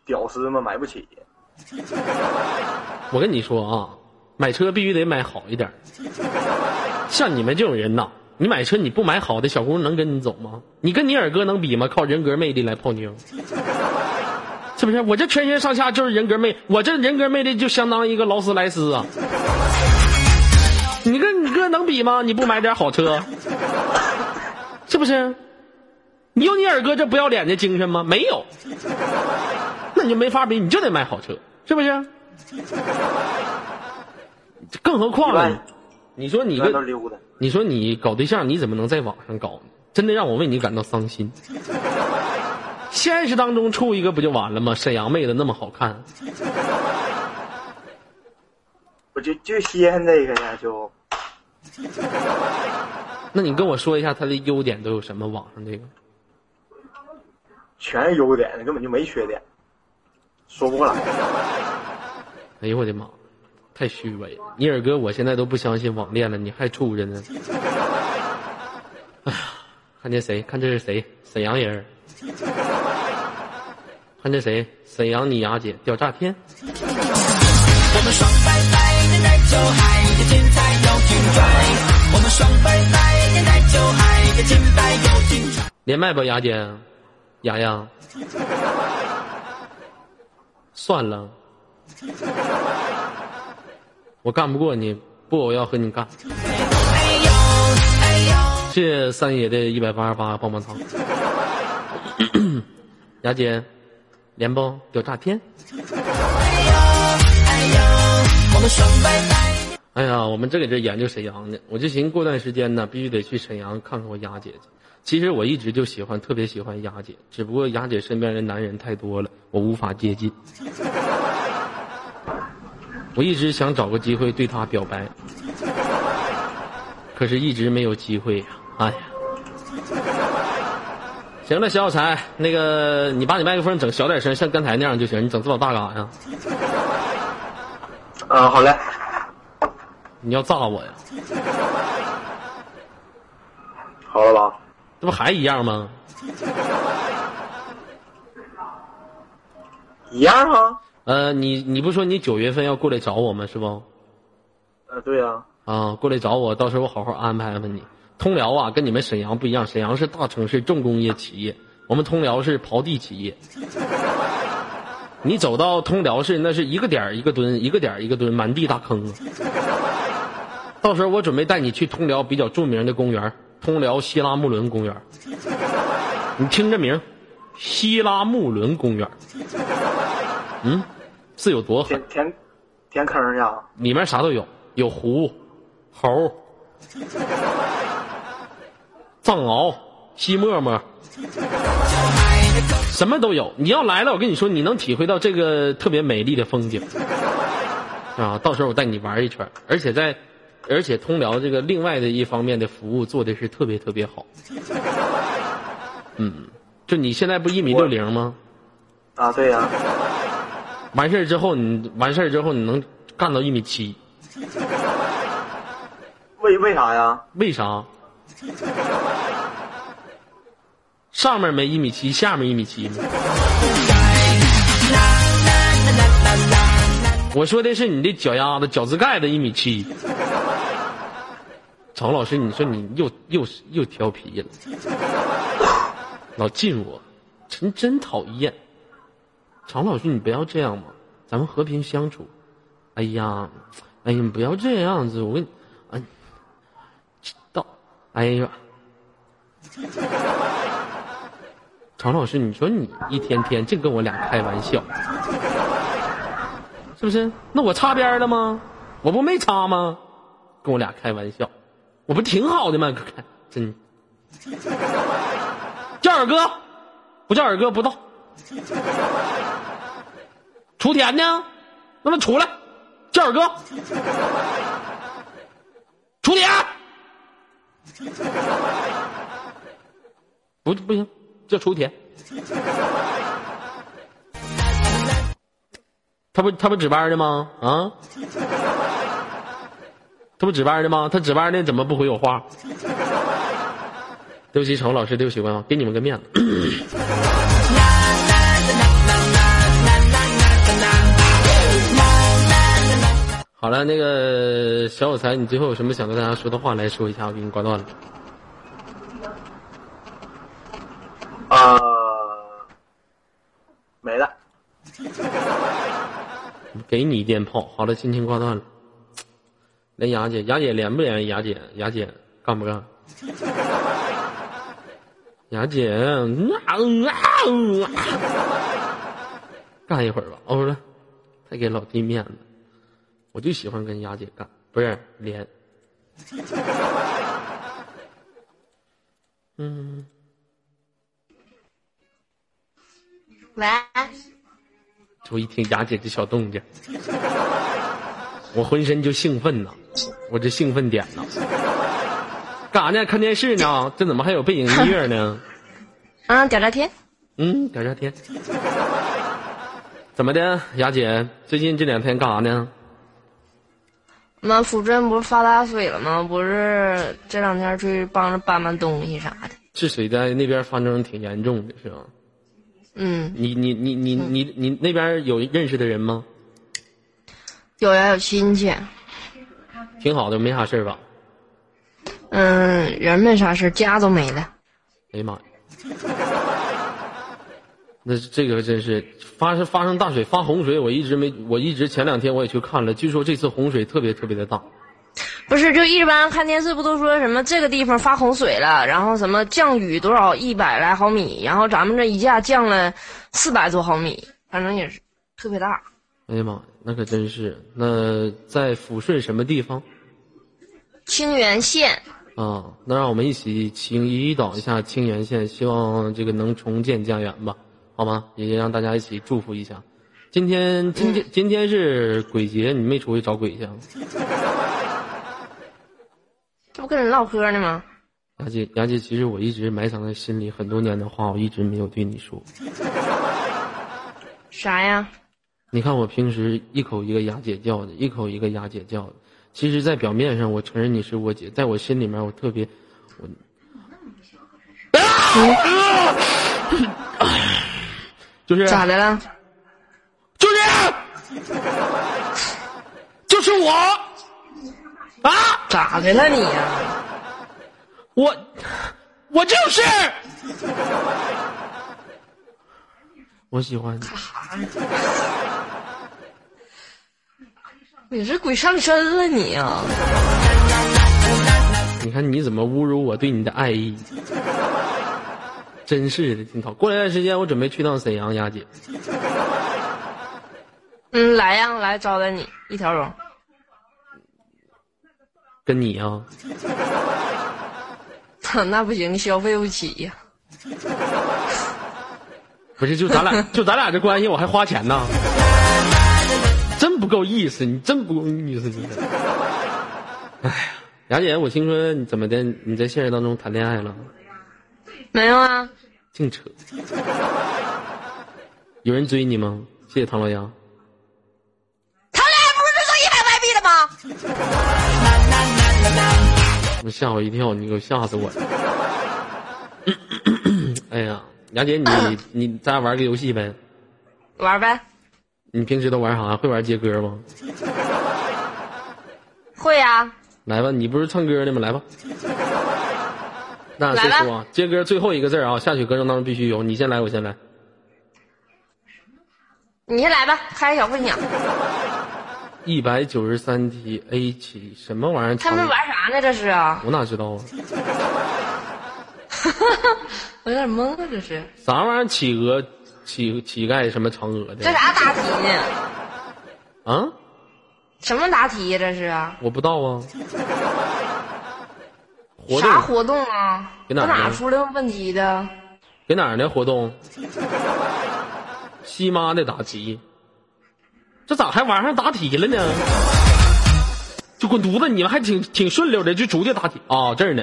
[SPEAKER 7] 屌丝嘛买不起。
[SPEAKER 1] 我跟你说啊，买车必须得买好一点儿。像你们这种人呐，你买车你不买好的，小姑娘能跟你走吗？你跟你二哥能比吗？靠人格魅力来泡妞，是不是？我这全身上下就是人格魅，我这人格魅力就相当于一个劳斯莱斯啊！你跟你哥能比吗？你不买点好车，是不是？你有你二哥这不要脸的精神吗？没有，那你就没法比，你就得买好车，是不是？更何况
[SPEAKER 7] 一般
[SPEAKER 1] 了，你说你
[SPEAKER 7] 一般都
[SPEAKER 1] 跟
[SPEAKER 7] 溜达。
[SPEAKER 1] 你说你搞对象，你怎么能在网上搞呢？真的让我为你感到伤心。 现实当中处一个不就完了吗？沈阳妹子那么好看，
[SPEAKER 7] 我就就稀罕这个呀，就
[SPEAKER 1] 那你跟我说一下她的优点都有什么？网上这个
[SPEAKER 7] 全是优点，根本就没缺点，说不过来。
[SPEAKER 1] 哎呦我的妈，太虚伪了！你二哥，我现在都不相信网恋了，你还处着呢。哎 呀，看见谁？看这是谁？沈阳人儿。看这谁？沈阳你丫姐屌诈骗。
[SPEAKER 2] 我们爽掰掰，年代就嗨，的精彩又精彩。我们爽掰掰，年代就嗨，的精彩又精彩。
[SPEAKER 1] 连麦吧，雅姐，雅雅， 算了，我干不过你，不，我要和你干。谢谢三爷的一百八十八棒棒糖。 雅姐，连不屌炸天？
[SPEAKER 2] 我们爽掰掰。
[SPEAKER 1] 哎呀，我们正给这研究沈阳呢，我就寻思过段时间呢，必须得去沈阳看看我雅姐去。其实我一直就喜欢，特别喜欢雅姐，只不过雅姐身边的男人太多了，我无法接近。我一直想找个机会对她表白，可是一直没有机会呀、哎呀，行了，小小柴，那个你把你麦克风整小点声，像刚才那样就行。你整这么大干啥呀？
[SPEAKER 7] 啊，好嘞，
[SPEAKER 1] 你要炸我呀？
[SPEAKER 7] 好了吧？
[SPEAKER 1] 这不还一样吗？
[SPEAKER 7] 一样啊。
[SPEAKER 1] 呃，你你不说你九月份要过来找我们是不？
[SPEAKER 7] 呃，对啊，
[SPEAKER 1] 啊，过来找我，到时候我好好安排安排你。通辽啊，跟你们沈阳不一样，沈阳是大城市重工业企业，我们通辽是刨地企业。你走到通辽市，那是一个点儿一个墩，一个点儿一个墩，满地大坑啊。到时候我准备带你去通辽比较著名的公园——通辽希拉木伦公园。你听这名儿，希拉木伦公园，嗯，是有多狠？啊
[SPEAKER 7] 填填填坑去啊。
[SPEAKER 1] 里面啥都有，有狐、猴、藏獒、西沫沫，什么都有。你要来了，我跟你说，你能体会到这个特别美丽的风景啊！到时候我带你玩一圈，而且在，而且通辽这个另外的一方面的服务做的是特别特别好。嗯，就你现在不一米六零吗？
[SPEAKER 7] 啊，对呀、
[SPEAKER 1] 完事儿之后你完事儿之后你能干到一米七，
[SPEAKER 7] 为为啥呀？
[SPEAKER 1] 为啥？上面没一米七，下面一米七吗？我说的是你的脚丫子、脚趾盖子一米七。常老师，你说你又又又调皮了，老近我，真真讨厌。常老师，你不要这样嘛，咱们和平相处。哎呀，哎呀，你不要这样子，我跟你，哎，知道，哎呀， 常老师，你说你一天天净跟我俩开玩笑，是不是？那我擦边了吗？我不没擦吗？跟我俩开玩笑，我不挺好的吗？看，真叫二哥，不叫二哥不到。雏田呢？那么出来，叫二哥，雏田，不不行，叫雏田。 他不他不值班的吗？啊？他不值班的吗？他值班的怎么不回我话？对不起，场务老师，对不起，官方，给你们个面子。 好了，那个小有才，你最后有什么想跟大家说的话来说一下，我给你挂断了。
[SPEAKER 7] 呃，没了。
[SPEAKER 1] 给你一电炮，好了，心情挂断了。连雅姐，雅姐连不连？雅姐，雅姐干不干？雅姐， 嗯啊嗯啊嗯啊，干一会儿吧，哦欧了，太给老弟面子，我就喜欢跟雅姐干，不是连。嗯，
[SPEAKER 6] 喂，
[SPEAKER 1] 我一听雅姐这小动静，我浑身就兴奋呐，我这兴奋点呐，干啥呢？看电视呢？这怎么还有背景音乐呢？
[SPEAKER 6] 啊，屌炸天，
[SPEAKER 1] 嗯，聊聊天。怎么的，雅姐？最近这两天干啥呢？
[SPEAKER 8] 我们辅真不是发大水了吗？不是这两天去帮着搬搬东西啥的。
[SPEAKER 1] 治水灾那边发生挺严重的，是吧？
[SPEAKER 8] 嗯，
[SPEAKER 1] 你你你你你你那边有认识的人吗？
[SPEAKER 8] 有呀，有亲戚。
[SPEAKER 1] 挺好的，没啥事儿吧？
[SPEAKER 8] 嗯，人没啥事，家都没了。
[SPEAKER 1] 哎呀妈呀！那这个真是发生发生大水发洪水，我一直没我一直前两天我也去看了，据说这次洪水特别特别的大。
[SPEAKER 8] 不是，就一般看电视不都说什么这个地方发洪水了，然后什么降雨多少一百来毫米，然后咱们这一下降了四百多毫米，反正也是特别大。
[SPEAKER 1] 哎呀妈呀，那可真是！那在抚顺什么地方
[SPEAKER 8] 清源县，
[SPEAKER 1] 啊？那让我们一起请祈祷一下清源县，希望这个能重建家园吧，好吗？也让大家一起祝福一下。今天今天、今天是鬼节，你没出去找鬼去啊？
[SPEAKER 8] 这不跟人唠嗑呢吗？
[SPEAKER 1] 雅姐，雅姐，其实我一直埋藏在心里很多年的话，我一直没有对你说。
[SPEAKER 8] 啥呀？
[SPEAKER 1] 你看我平时一口一个雅姐叫的，一口一个雅姐叫的。其实，在表面上，我承认你是我姐，在我心里面，我特别，我，啊 就是
[SPEAKER 8] 咋的了？
[SPEAKER 1] 就是就是我啊，
[SPEAKER 8] 咋的了你呀、
[SPEAKER 1] 我我就是我喜欢你。
[SPEAKER 8] 你是鬼上身了你啊呀、
[SPEAKER 1] 你看你怎么侮辱我对你的爱意？真是的，金涛。过两段时间我准备去趟沈阳，丫姐。
[SPEAKER 8] 嗯，来呀，来招待你一条龙。
[SPEAKER 1] 跟你啊，
[SPEAKER 8] 那不行，你消费不起呀。
[SPEAKER 1] 不是就咱 俩就咱俩这关系，我还花钱呢，真不够意思，你真不够意思，你这。哎呀，雅姐，我听说你怎么的？你在现实当中谈恋爱了？
[SPEAKER 8] 没有啊，
[SPEAKER 1] 净扯。有人追你吗？谢谢唐老鸭。
[SPEAKER 6] 唐俩不是剩一百外币了吗？
[SPEAKER 1] 我吓我一跳，你给我吓死我了！ 哎呀，雅姐， 你你咱俩玩个游戏呗？
[SPEAKER 8] 玩呗。
[SPEAKER 1] 你平时都玩啥？会玩接歌吗？
[SPEAKER 8] 会啊呀、
[SPEAKER 1] 来吧，你不是唱歌的吗？来吧。那谁说啊？接歌最后一个字儿啊，下曲歌声当中必须有。你先来，我先来。
[SPEAKER 8] 你先来吧，开个小混响。
[SPEAKER 1] 一百九十三题 A 起，什么玩意儿？
[SPEAKER 8] 他们玩啥呢？这是啊，
[SPEAKER 1] 我哪知道啊？
[SPEAKER 8] 我有点懵啊，这是
[SPEAKER 1] 啥玩意儿？企鹅、乞乞丐什么嫦娥
[SPEAKER 8] 这
[SPEAKER 1] 的
[SPEAKER 8] 啥答题呢？
[SPEAKER 1] 啊？
[SPEAKER 8] 什么答题呀？这是啊
[SPEAKER 1] 我不知道啊。活
[SPEAKER 8] 啥
[SPEAKER 1] 动
[SPEAKER 8] 活动啊？
[SPEAKER 1] 搁
[SPEAKER 8] 我
[SPEAKER 1] 哪儿呢
[SPEAKER 8] 哪出来问题的？
[SPEAKER 1] 给哪儿呢？活动？西妈的答题，这咋还玩上答题了呢？哦就滚犊子！你们还挺挺顺溜的，就出去答题啊、这儿呢。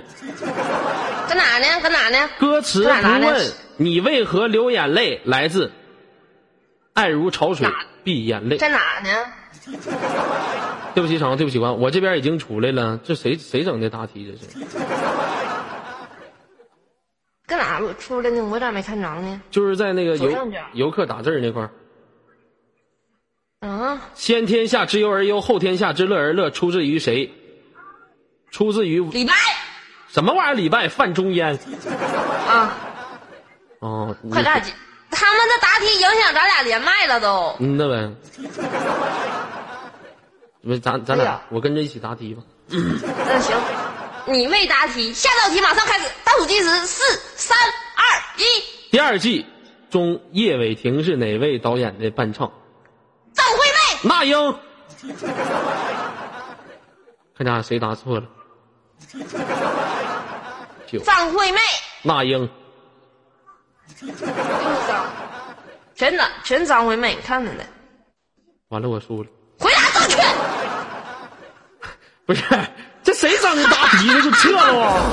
[SPEAKER 8] 搁哪呢？搁哪呢？
[SPEAKER 1] 歌词不
[SPEAKER 8] 这俩呢
[SPEAKER 1] 问你为何流眼泪，来自爱如潮水
[SPEAKER 8] 哪
[SPEAKER 1] 碧眼泪。
[SPEAKER 8] 在哪呢？
[SPEAKER 1] 对不起，场，对不起，关，我这边已经出来了。这谁谁整的大题？这是，
[SPEAKER 8] 搁哪出来呢？我咋没看着呢？
[SPEAKER 1] 就是在那个
[SPEAKER 8] 左
[SPEAKER 1] 游
[SPEAKER 8] 上角
[SPEAKER 1] 游客打字儿那块儿。
[SPEAKER 8] 啊，
[SPEAKER 1] 先天下之忧而忧，后天下之乐而乐，出自于谁？出自于
[SPEAKER 8] 李白
[SPEAKER 1] 什么玩意儿？礼拜范仲淹。
[SPEAKER 8] 啊，
[SPEAKER 1] 哦，
[SPEAKER 8] 快
[SPEAKER 1] 大
[SPEAKER 8] 大姐，他们的答题影响咱俩连麦了都。
[SPEAKER 1] 嗯，那呗。不，咱咱
[SPEAKER 8] 哎
[SPEAKER 1] 俩
[SPEAKER 8] 呀，
[SPEAKER 1] 我跟着一起答题吧。
[SPEAKER 8] 那嗯行，你未答题，下道题马上开始，倒数计时四、三、二、一，
[SPEAKER 1] 第二季中，叶伟霆是哪位导演的伴唱？
[SPEAKER 8] 赵惠妹，
[SPEAKER 1] 那英。看家谁答错 了？九
[SPEAKER 8] 张惠妹，
[SPEAKER 1] 那 英，
[SPEAKER 8] 又张，全张全张惠妹，你看看的，
[SPEAKER 1] 完了我输了。
[SPEAKER 8] 回答正确。
[SPEAKER 1] 不是，这谁整的答题呢？就撤了 啊！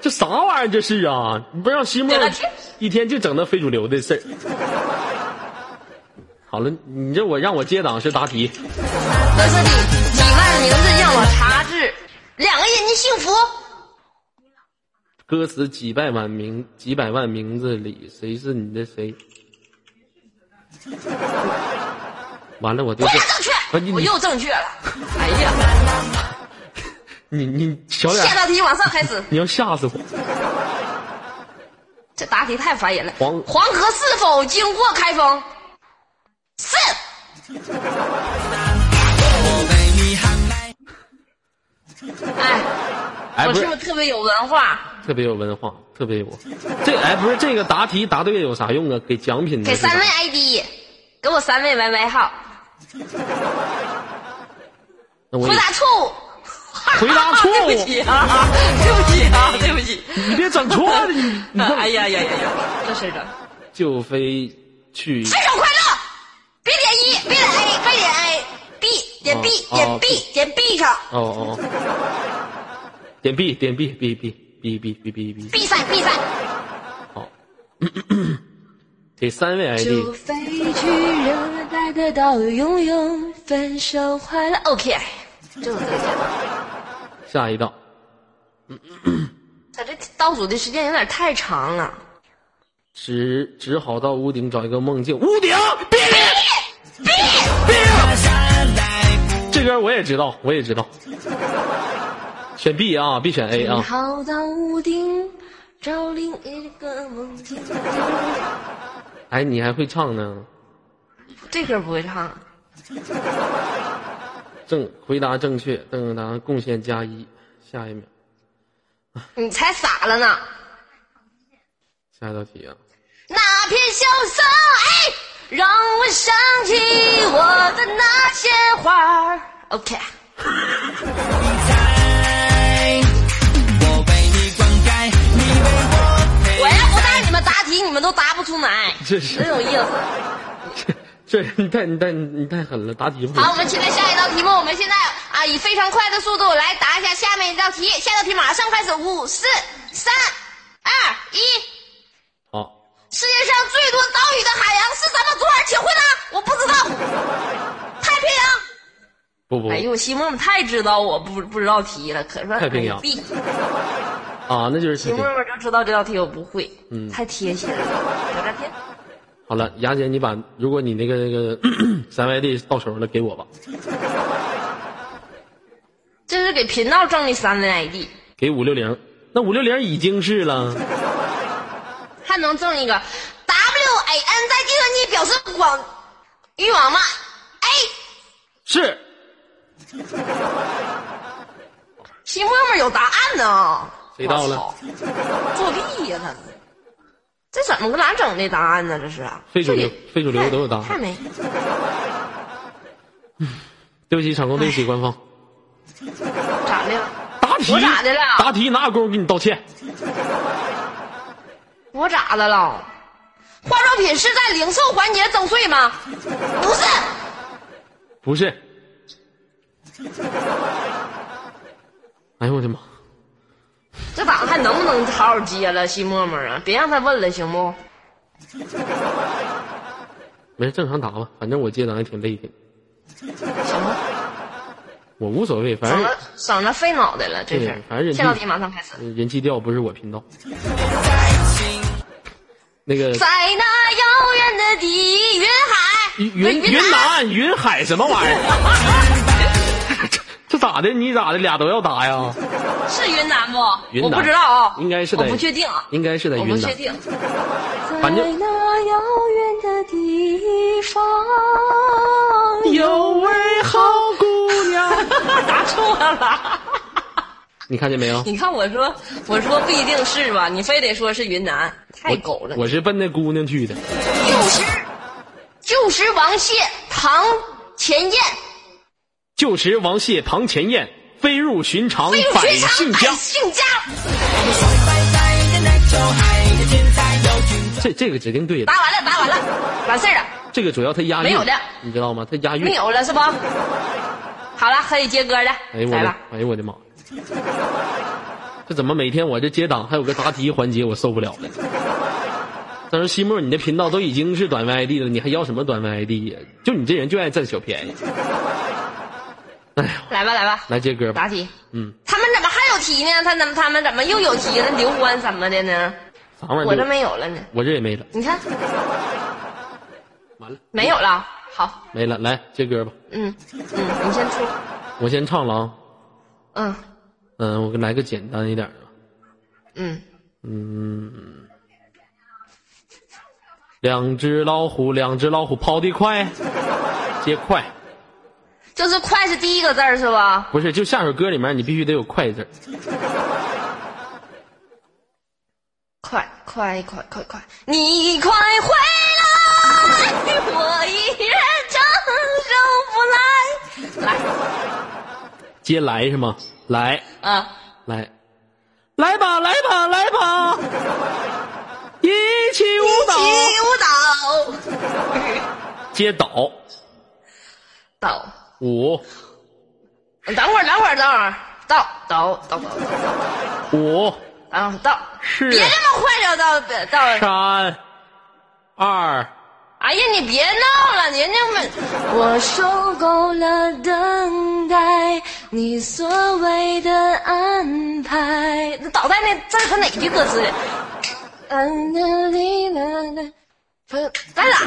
[SPEAKER 1] 这啥玩意儿？这是啊！你不让西莫
[SPEAKER 8] 对了这
[SPEAKER 1] 一天就整那非主流的事儿。好了，你这我让我接档是答题，
[SPEAKER 8] 德斯里，几万名字让我查字，两个人的幸福。
[SPEAKER 1] 歌词几百万名几百万名字里，谁是你的谁？ 完了，我对
[SPEAKER 8] 回
[SPEAKER 1] 这
[SPEAKER 8] 答哎正
[SPEAKER 1] 不是你你
[SPEAKER 8] 确，我又正确了。哎呀，
[SPEAKER 1] 你你小点儿
[SPEAKER 8] 下，道题马上开始，
[SPEAKER 1] 你要吓死我！
[SPEAKER 8] 这答题太烦人了。
[SPEAKER 1] 黄
[SPEAKER 8] 黄河是否经过开封？是。哎，
[SPEAKER 1] 哎，
[SPEAKER 8] 我
[SPEAKER 1] 不
[SPEAKER 8] 是
[SPEAKER 1] 是
[SPEAKER 8] 不是特别有文化？
[SPEAKER 1] 特别有文化，特别有。这哎，不是这个答题答对有啥用啊？给奖品呢
[SPEAKER 8] 给
[SPEAKER 1] 是吧
[SPEAKER 8] 三位 ID，给我三位 YY 号。
[SPEAKER 1] 那我
[SPEAKER 8] 回
[SPEAKER 1] 也
[SPEAKER 8] 答错误。
[SPEAKER 1] 回 答错误
[SPEAKER 8] 对不起啊， 对不起啊，对不 起。
[SPEAKER 1] 你别整错了，你你
[SPEAKER 8] 哎
[SPEAKER 1] 这
[SPEAKER 8] 呀呀呀呀，这事儿整。
[SPEAKER 1] 就非去
[SPEAKER 8] 分手快乐，别点一，别点 A，快点 A，B 点 B
[SPEAKER 1] 哦
[SPEAKER 8] 点
[SPEAKER 1] 哦
[SPEAKER 8] B 点 B 上
[SPEAKER 1] 哦哦，哦，点 B 点 B B B B B B B B，
[SPEAKER 8] ，B 三 B 三。
[SPEAKER 1] 好，给三位 ID，
[SPEAKER 8] 飞去热带的岛屿游泳，分手快乐。OK，就是这个节奏。
[SPEAKER 1] 下一道
[SPEAKER 8] 他这倒数的时间有点太长了。
[SPEAKER 1] 只只好到屋顶找一个梦境，屋顶哔哔哔，这歌我也知道，我也知道， 选 B 啊，别选 A
[SPEAKER 8] 你
[SPEAKER 1] 啊，
[SPEAKER 8] 好到屋顶，找另一个梦境。
[SPEAKER 1] 哎，你还会唱呢？
[SPEAKER 8] 这歌不会唱，
[SPEAKER 1] 正回答正确，邓答贡献加一，下一秒，
[SPEAKER 8] 你才傻了呢。
[SPEAKER 1] 下一道题啊。
[SPEAKER 8] 那片萧瑟，哎，让我想起我的那些花儿。OK，我要不带你们答题，你们都答不出来，
[SPEAKER 1] 这是
[SPEAKER 8] 真有意思。
[SPEAKER 1] 这你太你太你太狠了，答题不
[SPEAKER 8] 好，我们期待下一道题目。我们现在啊，以非常快的速度来答一下下面一道题。下一道题马上开始，五、四、三、二、一。
[SPEAKER 1] 好，
[SPEAKER 8] 世界上最多岛屿的海洋是咱们左耳请回答，我不知道。太平洋。
[SPEAKER 1] 不不
[SPEAKER 8] 哎呦，西沫沫太知道我不不知道题了，可说
[SPEAKER 1] 太平洋
[SPEAKER 8] 哎呦
[SPEAKER 1] 啊，那就是
[SPEAKER 8] 西
[SPEAKER 1] 太
[SPEAKER 8] 沫
[SPEAKER 1] 平洋
[SPEAKER 8] 沫就知道这道题我不会，
[SPEAKER 1] 嗯
[SPEAKER 8] 太贴心了。聊聊天，
[SPEAKER 1] 好了，雅姐，你把如果你那个那个 三 YD 到手了，给我吧，
[SPEAKER 8] 这是给频道挣的三位 ID，
[SPEAKER 1] 给五六零。那五六零已经是了，
[SPEAKER 8] 还能挣一个 W A N 在计算机表示广域网嘛？A
[SPEAKER 1] 是
[SPEAKER 8] 西沫沫有答案呢。
[SPEAKER 1] 谁到了
[SPEAKER 8] 我操？作弊呀、他！这怎么给咱整的答案呢？这是啊
[SPEAKER 1] 非主流
[SPEAKER 8] 这得
[SPEAKER 1] 非主流都有答案
[SPEAKER 8] 太太没
[SPEAKER 1] 对不起，场控，对不起，官方。
[SPEAKER 8] 咋的了？
[SPEAKER 1] 答题
[SPEAKER 8] 我咋的了
[SPEAKER 1] 答题哪有功夫给你道歉？
[SPEAKER 8] 我咋的了？化妆品是在零售环节征税吗？不是，
[SPEAKER 1] 不是。哎呦我的妈！
[SPEAKER 8] 这这档子还能不能好好接了？西沫沫啊，别让他问了，行不？
[SPEAKER 1] 没事，正常打吧，反正我接档也挺累的，
[SPEAKER 8] 行吧，
[SPEAKER 1] 我无所谓，反
[SPEAKER 8] 省
[SPEAKER 1] 正
[SPEAKER 8] 了省了费脑袋了，这事
[SPEAKER 1] 对，反正
[SPEAKER 8] 儿。
[SPEAKER 1] 人
[SPEAKER 8] 下道题马上开始。
[SPEAKER 1] 气人气调不是我频道。那个
[SPEAKER 8] 在那遥远的地云海，
[SPEAKER 1] 云
[SPEAKER 8] 云
[SPEAKER 1] 云南云海什么玩意儿？ 这咋的？你咋的？俩都要打呀？
[SPEAKER 8] 是云南不？
[SPEAKER 1] 云
[SPEAKER 8] 我
[SPEAKER 1] 南
[SPEAKER 8] 不知道啊，
[SPEAKER 1] 应该是
[SPEAKER 8] 我
[SPEAKER 1] 在，
[SPEAKER 8] 不确定啊，
[SPEAKER 1] 应该是在
[SPEAKER 8] 我
[SPEAKER 1] 云
[SPEAKER 8] 不
[SPEAKER 1] 南。
[SPEAKER 8] 确定。
[SPEAKER 1] 反正
[SPEAKER 6] 那遥远的地方，
[SPEAKER 1] 有位好姑娘，
[SPEAKER 8] 答错了，
[SPEAKER 1] 你看见没有？
[SPEAKER 8] 你看我说我说不一定是吧，你非得说是云南，太狗了。
[SPEAKER 1] 我是奔那姑娘去的。
[SPEAKER 8] 就是就是王谢堂前燕，
[SPEAKER 1] 旧时王谢堂前燕，飞入寻常
[SPEAKER 8] 飞入
[SPEAKER 1] 百
[SPEAKER 8] 寻常
[SPEAKER 1] 姓家
[SPEAKER 8] 百。姓家。
[SPEAKER 1] 这这个指定对的，
[SPEAKER 8] 答完了，答完了，完事儿了，
[SPEAKER 1] 这个主要他押韵，
[SPEAKER 8] 啊没有的
[SPEAKER 1] 你知道吗？他押韵
[SPEAKER 8] 没。有了是不？好了，可以接歌了，
[SPEAKER 1] 哎呦我
[SPEAKER 8] 来
[SPEAKER 1] 的
[SPEAKER 8] 吧。，
[SPEAKER 1] 哎呦我的妈！这怎么每天我这接档还有个答题环节，我受不了了。他说：“西莫，你的频道都已经是短 YD 了，你还要什么短 YD 呀？就你这人就爱占小便宜。”哎呀，
[SPEAKER 8] 来吧，来吧，
[SPEAKER 1] 来接歌吧
[SPEAKER 8] 答。题。
[SPEAKER 1] 嗯，
[SPEAKER 8] 他们怎么还有题呢？他怎么他们怎么又有题了？刘欢怎么的呢？
[SPEAKER 1] 啥玩意儿？
[SPEAKER 8] 我这，没有了呢。
[SPEAKER 1] 我这也没了，
[SPEAKER 8] 你看
[SPEAKER 1] 完了
[SPEAKER 8] 没有了。好，
[SPEAKER 1] 没了。来接歌吧，
[SPEAKER 8] 嗯嗯，你先出。
[SPEAKER 1] 我先唱了啊。
[SPEAKER 8] 嗯
[SPEAKER 1] 嗯，我来个简单一点的。
[SPEAKER 8] 嗯，
[SPEAKER 1] 两只老虎，两只老虎跑得快，接快，
[SPEAKER 8] 就是快是第一个字儿是吧？
[SPEAKER 1] 不是就下首歌里面你必须得有快字儿。
[SPEAKER 8] 快快快快快，你快回来，我一人承受不来。来，
[SPEAKER 1] 接来是吗？来
[SPEAKER 8] 啊，
[SPEAKER 1] 来，来吧来吧来吧，一起舞蹈，
[SPEAKER 8] 起舞蹈，
[SPEAKER 1] 接倒
[SPEAKER 8] 到。
[SPEAKER 1] 五
[SPEAKER 8] 等会儿，等会儿，等会儿，到到到到到。
[SPEAKER 1] 五
[SPEAKER 8] 啊，到，
[SPEAKER 1] 是
[SPEAKER 8] 别这么快就到别到，
[SPEAKER 1] 三二，
[SPEAKER 8] 哎呀，你别闹了，人家们，
[SPEAKER 6] 我受够了等待你所谓的安排。
[SPEAKER 8] 那倒带那字儿可哪句歌词？
[SPEAKER 6] 嗯啦哩啦啦，
[SPEAKER 8] 不是，咱俩，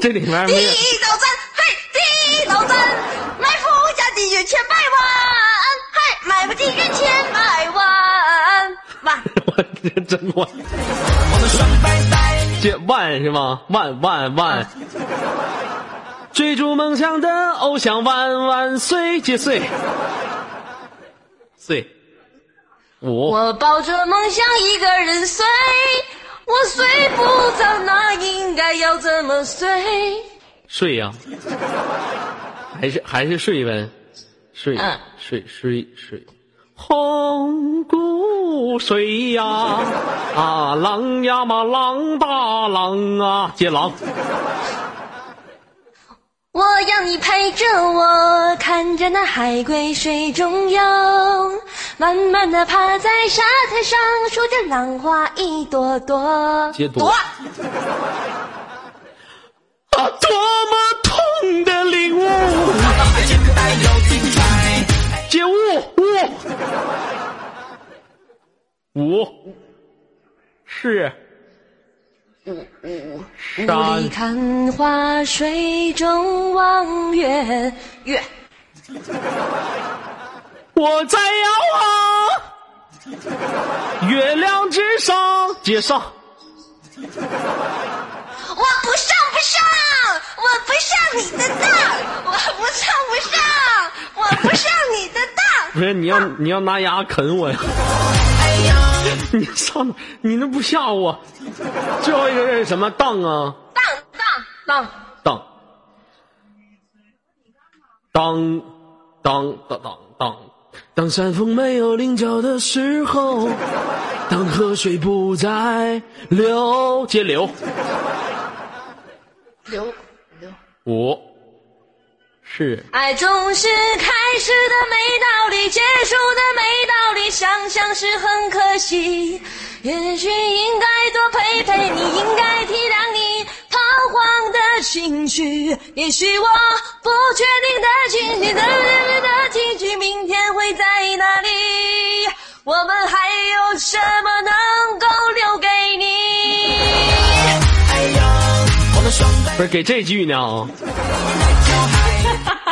[SPEAKER 1] 这里面
[SPEAKER 8] 第
[SPEAKER 1] 没有
[SPEAKER 8] 一道站，嘿，第一道站，埋伏下敌人千百万，嘿，埋伏敌人千百万，万，，
[SPEAKER 1] 我这真我。这万是吗？万万万！追逐梦想的偶像，万万岁！接岁岁五
[SPEAKER 8] 我抱着梦想一个人睡，我睡不着，那应该要怎么睡？
[SPEAKER 1] 睡呀、还是还是睡呗，睡
[SPEAKER 8] 嗯
[SPEAKER 1] 睡睡睡，红谷水呀啊，郎呀嘛郎大郎啊，接郎
[SPEAKER 6] 我要你陪着我，看着那海龟水中游，慢慢的趴在沙滩上，数着浪花一朵朵。
[SPEAKER 1] 接多。啊，多么痛的领悟！接悟悟五是五五
[SPEAKER 6] 雾里
[SPEAKER 1] 三
[SPEAKER 6] 看花，水中望月。
[SPEAKER 8] 月，
[SPEAKER 1] 我在遥望月亮之上，接上
[SPEAKER 8] 我不上不上，我不上你的当，我不上不上，我不上你的当。
[SPEAKER 1] 不是你要
[SPEAKER 8] 啊
[SPEAKER 1] 你要拿牙啃我呀？
[SPEAKER 8] 哎
[SPEAKER 1] 你上哪你那不吓我？最后一个是什么当啊？
[SPEAKER 8] 当当当，
[SPEAKER 1] 当当当当当当，当山峰没有棱角的时候，当河水不再流，接流
[SPEAKER 8] 刘刘
[SPEAKER 1] 五是
[SPEAKER 6] 爱总是开始的没道理，结束的没道理，想想是很可惜。也许应该多陪陪你，应该体谅你彷徨的情绪。也许我不确定的情绪，的的的情绪，明天会在哪里？我们还有什么能够留给你？
[SPEAKER 2] 哎呦，我们双白
[SPEAKER 1] 不是给这句呢？哦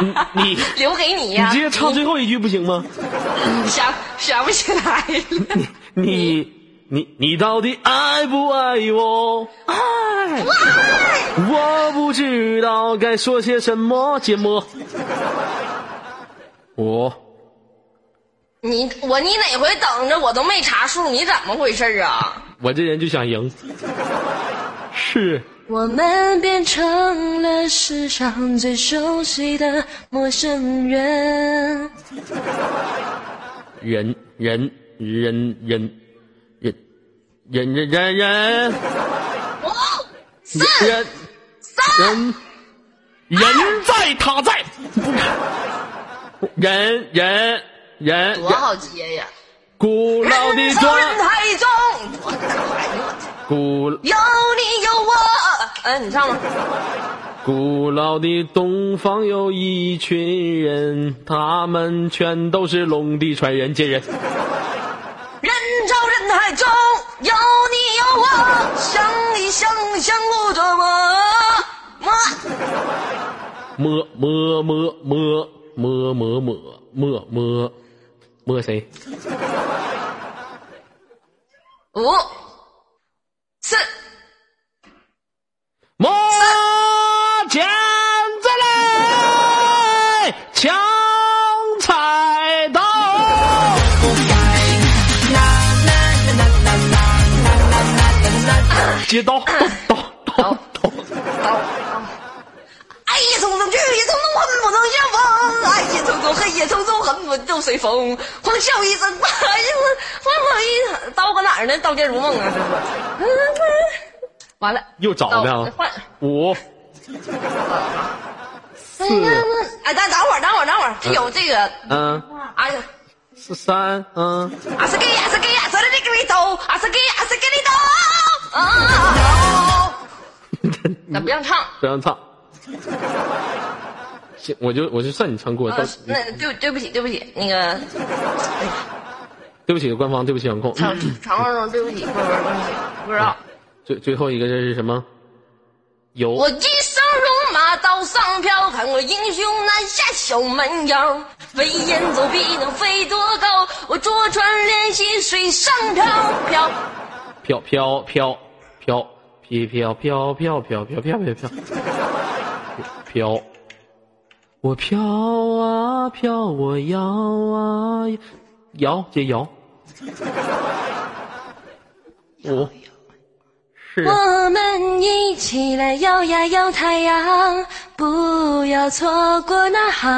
[SPEAKER 1] 你你
[SPEAKER 8] 留给你
[SPEAKER 1] 你
[SPEAKER 8] 呀、
[SPEAKER 1] 直接唱最后一句不行吗？
[SPEAKER 8] 想想不起来了。
[SPEAKER 1] 你你你到底爱不爱我？爱，我不知道该说些什么，节目。五
[SPEAKER 8] 你我你哪回等着我都没查数，你怎么回事儿啊？
[SPEAKER 1] 我这人就想赢，是
[SPEAKER 6] 我们变成了世上最熟悉的陌生人。
[SPEAKER 1] 人人人人人人人人人
[SPEAKER 6] 五、四、
[SPEAKER 1] 人人人在他在，人人人
[SPEAKER 8] 多好接呀！
[SPEAKER 1] 古老的
[SPEAKER 6] 人潮人
[SPEAKER 1] 庄，
[SPEAKER 6] 海中，我
[SPEAKER 1] 古
[SPEAKER 6] 有你有我。
[SPEAKER 8] 嗯、你唱吧。
[SPEAKER 1] 古老的东方有一群人，他们全都是龙的传人接人。
[SPEAKER 6] 人潮人海中，有你有我。想你想你想我多么。么
[SPEAKER 1] 摸摸摸摸摸摸摸摸摸摸谁？
[SPEAKER 8] 五、四、
[SPEAKER 1] 摸钱子来，抢菜刀。接刀刀刀刀
[SPEAKER 8] 爱也匆匆，去也匆匆，恨不能相逢。爱也匆匆，恨也匆匆，恨不能随风。狂笑一声，不好意思，不好意思，刀搁哪儿呢？刀剑如梦啊，这是。完了，
[SPEAKER 1] 又找
[SPEAKER 8] 刀
[SPEAKER 1] 呢
[SPEAKER 8] 哦换。。
[SPEAKER 1] 五四
[SPEAKER 8] 哎，等等会儿，等会儿，等会儿，这有这个，
[SPEAKER 1] 嗯
[SPEAKER 8] 哎呀，
[SPEAKER 1] 是三嗯。
[SPEAKER 8] 阿斯给阿斯给阿斯的这个里头，阿斯给阿斯给里头。啊，咱不让唱，
[SPEAKER 1] 不让唱。行，我就我就算你唱过，
[SPEAKER 8] 啊
[SPEAKER 1] 到，
[SPEAKER 8] 那对对不起，对不起，那个
[SPEAKER 1] 对不起官方，对不起管控。
[SPEAKER 8] 常常常对不起，不不不不知道。
[SPEAKER 1] 最最后一个这是什么？有
[SPEAKER 8] 我一身戎马刀上飘，看我英雄南下小蛮腰，飞檐走壁能飞多高？我坐船练习水上漂漂。
[SPEAKER 1] 飘飘飘飘飘飘飘飘飘飘飘飘飘飘，我飘啊飘，我摇啊摇，接摇。五是
[SPEAKER 6] 我们一起来摇呀摇太阳，不要错过那好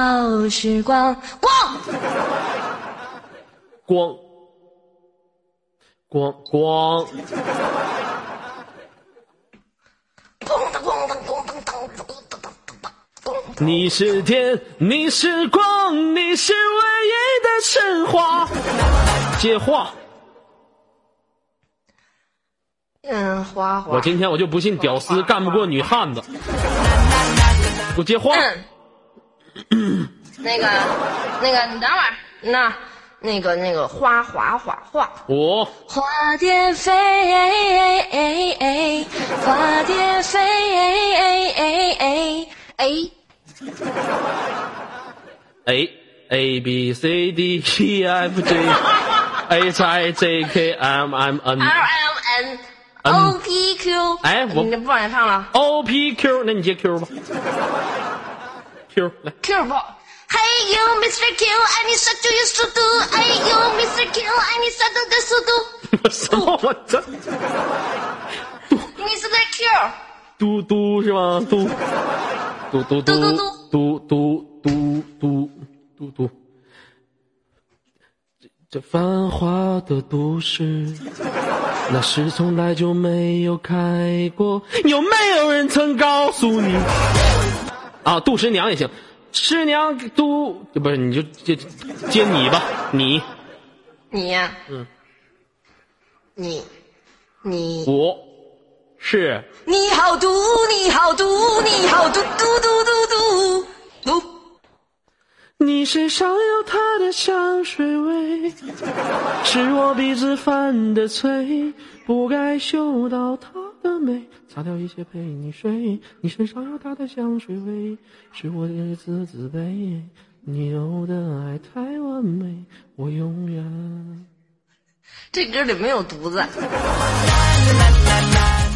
[SPEAKER 6] 时光。光。
[SPEAKER 1] 光光光。
[SPEAKER 8] 咣当咣当咣当当咣当当当咣当。
[SPEAKER 1] 你是天，你是光，你是唯一的神话。接话，
[SPEAKER 8] 嗯，花花。
[SPEAKER 1] 我今天我就不信屌丝干不过女汉子。给我接话，
[SPEAKER 8] 嗯，那个，那个，你等会儿，那，那个，那个花滑滑滑，
[SPEAKER 1] 五
[SPEAKER 6] 花蝶飞，花蝶飞，哎，
[SPEAKER 1] a a b c d e f g h i j k m m n
[SPEAKER 8] L M N O P Q。
[SPEAKER 1] 哎我
[SPEAKER 8] 你这不往下唱了
[SPEAKER 1] o p q，那你接 q 吧。q 来
[SPEAKER 8] ，Q 不。
[SPEAKER 6] Hey you, Mr. Q, I need to you 速度。Hey you, Mr. Q, I need to 的速度。
[SPEAKER 1] 什么？我这
[SPEAKER 6] Mr. Q，
[SPEAKER 1] 嘟嘟是吗？嘟嘟嘟嘟嘟
[SPEAKER 6] 嘟
[SPEAKER 1] 嘟嘟嘟嘟嘟。这繁华的都市，那是从来就没有开过。有没有人曾告诉你？啊，杜十娘也行。师娘都不是，你就接接你吧，你
[SPEAKER 2] 你，
[SPEAKER 1] 嗯，
[SPEAKER 2] 你，你，
[SPEAKER 1] 我是
[SPEAKER 3] 你好毒，你好毒，你好毒毒毒毒毒毒。
[SPEAKER 1] 你身上有她的香水味，是我鼻子犯的罪，不该嗅到她的美。擦掉一切陪你睡，你身上有她的香水味，是我的日子自卑。你有的爱太完美，我永远
[SPEAKER 2] 这歌里没有犊子，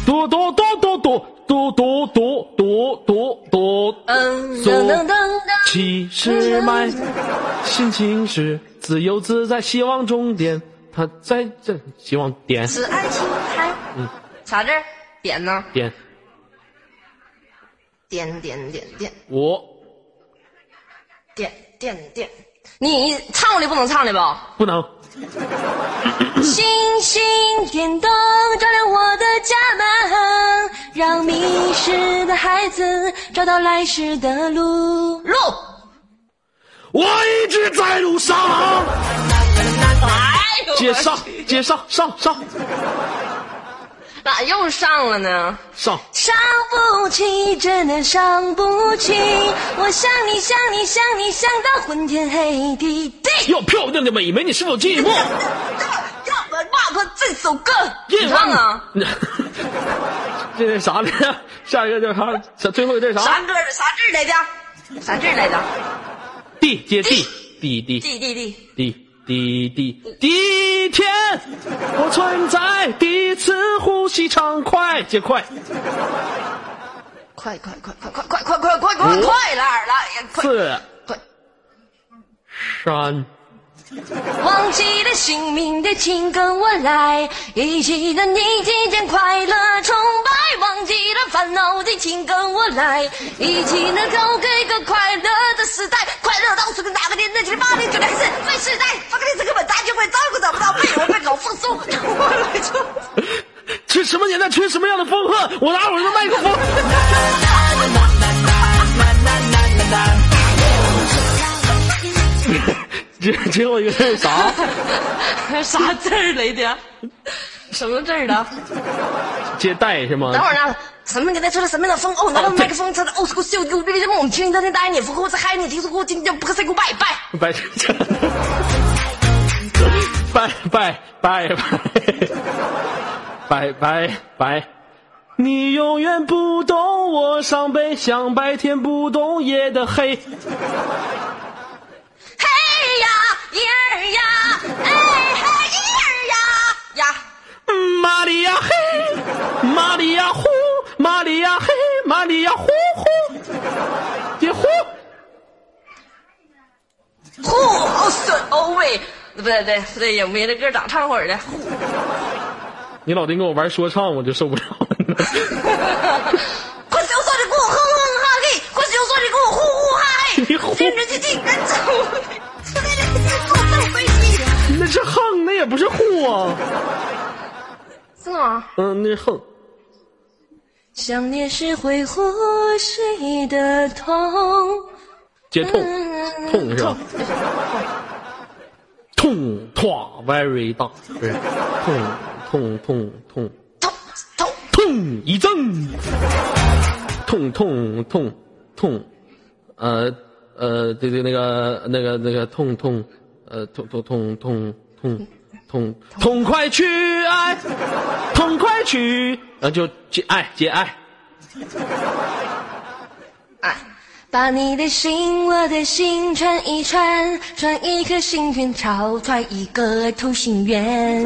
[SPEAKER 1] 嘟嘟嘟嘟嘟嘟嘟嘟嘟嘟嘟，
[SPEAKER 2] 嗯，
[SPEAKER 1] 走
[SPEAKER 2] 噔噔噔噔，
[SPEAKER 1] 七十迈，心情是自由自在，希望终点，他在这希望点
[SPEAKER 2] 是爱情开，
[SPEAKER 1] 嗯，
[SPEAKER 2] 啥字儿？点呢？
[SPEAKER 1] 点
[SPEAKER 2] 点点点点
[SPEAKER 1] 我
[SPEAKER 2] 点点点，你唱过来不能唱来吧？
[SPEAKER 1] 不能
[SPEAKER 3] 星星点灯，照亮我的家门，让迷失的孩子找到来时的路。
[SPEAKER 2] 路，
[SPEAKER 1] 我一直在路上，
[SPEAKER 2] 哎呦，
[SPEAKER 1] 接上接上上上
[SPEAKER 2] 咋又上了呢？
[SPEAKER 1] 上，
[SPEAKER 3] 伤不起，真的伤不起，我想你想你想你想到昏天黑地。地，
[SPEAKER 1] 要漂亮的美眉，你是否寂寞？
[SPEAKER 2] 让我骂过这首歌，你
[SPEAKER 1] 夜
[SPEAKER 2] 唱
[SPEAKER 1] 晚
[SPEAKER 2] 啊？，
[SPEAKER 1] 这是啥来着？下一个叫啥？啥最后一个叫啥
[SPEAKER 2] 啥歌儿？啥字儿来着？啥字儿来着？
[SPEAKER 1] ？D 接 D D D
[SPEAKER 2] 地地地，
[SPEAKER 1] 第第第第一天，我存在第一次呼吸畅快，接快，
[SPEAKER 2] 快快快快快快快快快快快啦啦！哎呀快
[SPEAKER 1] 四
[SPEAKER 2] 快，
[SPEAKER 1] 三
[SPEAKER 3] 忘记了姓名的，请跟我来，一起的你体验快乐崇拜。忘记了烦恼的，请跟我来，一起能够给个快乐的时代。快乐到处跟哪个年代，七八零九零四，非时代，发个历史课本，咱就会照顾找不到被我们搞放松，我来就。
[SPEAKER 1] 吹什么年代吹什么样的风鹤，我拿我的麦克风。 最最后一个是啥？
[SPEAKER 2] 啥字儿来的？什么字儿的？
[SPEAKER 1] 接待是吗？
[SPEAKER 2] 等会儿呢，什么年代吹了什么样的风？哦，拿到麦克风，他的 old school s t i l 我们听当天答应你，不后再嗨你，听说过今天不可 say goodbye，拜。
[SPEAKER 1] 拜拜拜拜拜拜拜拜。你永远不懂我伤悲，像白天不懂夜的黑。嗯
[SPEAKER 3] 嘿呀，咿儿呀，哎嘿，咿儿呀。
[SPEAKER 2] 呀，
[SPEAKER 1] 玛利亚嘿，玛利亚呼，玛利亚嘿，玛利亚呼呼，别呼。
[SPEAKER 2] 呼，好损哦喂，不对对不对，也没这歌咋唱会儿的？
[SPEAKER 1] 你老丁跟我玩说唱，我就受不了了。
[SPEAKER 2] 快休说你给我哼哼哈嘿，快休说你给我呼呼哈嘿，
[SPEAKER 1] 你呼
[SPEAKER 2] 听着这这人走。
[SPEAKER 1] 那是横，那也不是呼啊。
[SPEAKER 2] 真的吗？
[SPEAKER 1] 嗯，那是横。
[SPEAKER 3] 想念是会呼吸的痛。
[SPEAKER 1] 接痛，痛是吧？痛痛 very 大，对，痛痛痛痛
[SPEAKER 2] 痛痛
[SPEAKER 1] 痛一阵，痛痛痛痛，呃呃，对对，那个那个那个痛痛，呃痛痛痛痛痛痛痛快去爱，痛快去，呃就接爱接爱，
[SPEAKER 2] 哎，
[SPEAKER 3] 把你的心，我的心串一串，串一颗心愿，超串一个同心圆，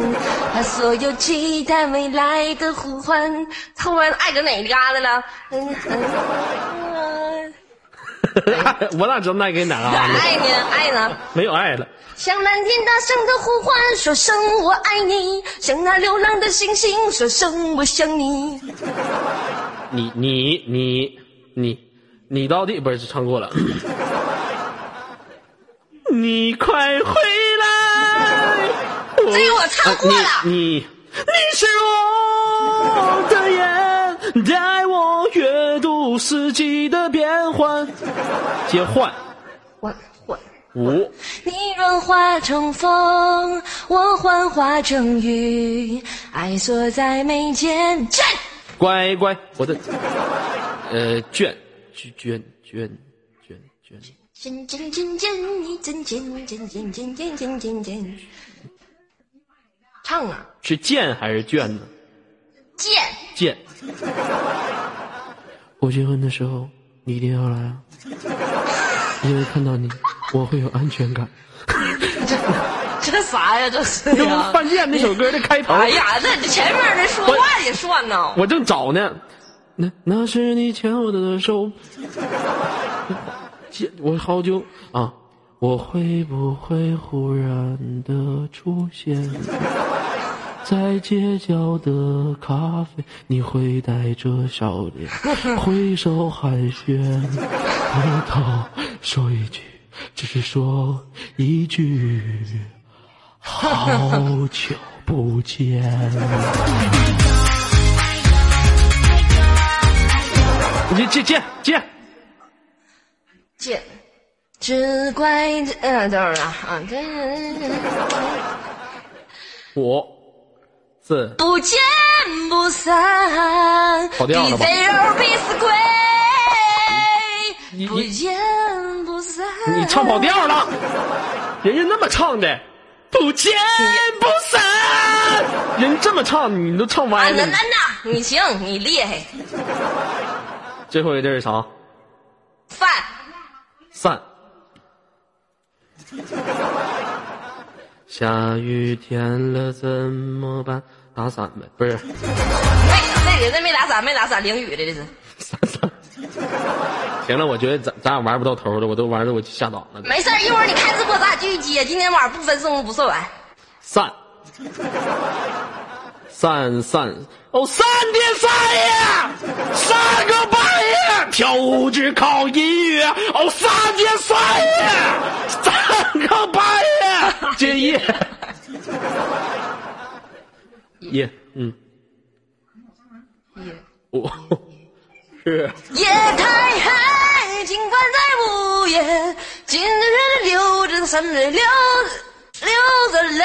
[SPEAKER 3] 把所有期待未来的呼唤，
[SPEAKER 2] 突然爱搁哪嘎达了？
[SPEAKER 3] 嗯嗯，
[SPEAKER 1] 我哪知道那给哪嘎 了？
[SPEAKER 2] 爱呢爱呢？
[SPEAKER 1] 没有爱了。
[SPEAKER 3] 向蓝天大声的呼唤，说声我爱你，向那流浪的星星说声我想你。
[SPEAKER 1] 你你你你你到底不是唱过了？ 你快回来！哎我
[SPEAKER 2] 这个哎我唱过了
[SPEAKER 1] 啊你你你是我的眼，带我阅读四季的变换，接换。
[SPEAKER 6] 化成风，我幻化成雨，爱锁在眉间。站
[SPEAKER 1] 乖乖，我的，呃，卷卷卷卷卷卷，
[SPEAKER 6] 真真真真，你真真真真真真真真真，唱啊，
[SPEAKER 1] 是剑还是卷呢？
[SPEAKER 6] 贱！
[SPEAKER 1] 剑。我结婚的时候，你一定要来啊，因为看到你，我会有安全感。
[SPEAKER 8] 这啥呀？这是
[SPEAKER 1] 这不
[SPEAKER 8] 呀
[SPEAKER 1] 是？犯贱那首歌的开头。
[SPEAKER 8] 啊哎呀，那你前面那说话也算呢。
[SPEAKER 1] 我正找呢。那那是你牵我的手，见我好久啊！我会不会忽然的出现在街角的咖啡？你会带着笑脸挥手寒暄，回头说一句，只是说一句，好久不见。你这这这这，
[SPEAKER 8] 贱，只怪这……呃，等会儿啊，啊，这
[SPEAKER 1] 五、四，
[SPEAKER 6] 不见不散，
[SPEAKER 1] 跑调了吧
[SPEAKER 6] 比肥肉比死
[SPEAKER 1] 你你
[SPEAKER 6] 鬼，不见不散。
[SPEAKER 1] 你唱跑调了，人家那么唱的，不见不散，人这么唱你都唱
[SPEAKER 8] 啊，
[SPEAKER 1] 歪了
[SPEAKER 8] 楠。楠呐，你行，你厉害，
[SPEAKER 1] 最后一对是啥？
[SPEAKER 8] 范
[SPEAKER 1] 散。下雨天了怎么办？打伞呗，不是
[SPEAKER 8] 没那个那没打伞，没打伞，淋雨的这是。
[SPEAKER 1] 伞伞。行了，我觉得咱咱俩玩不到头了，我都玩的我下档了。
[SPEAKER 8] 没事儿，一会儿你开直播，咱俩继续接。今天晚上不分送不送完。
[SPEAKER 1] 散，散散哦，散的散呀，三个半夜，飘舞只靠音乐哦，三的三呀，三个半夜，接夜，夜嗯，夜我是
[SPEAKER 6] 夜太黑，尽管在午夜，今日流着汗水，流流着泪。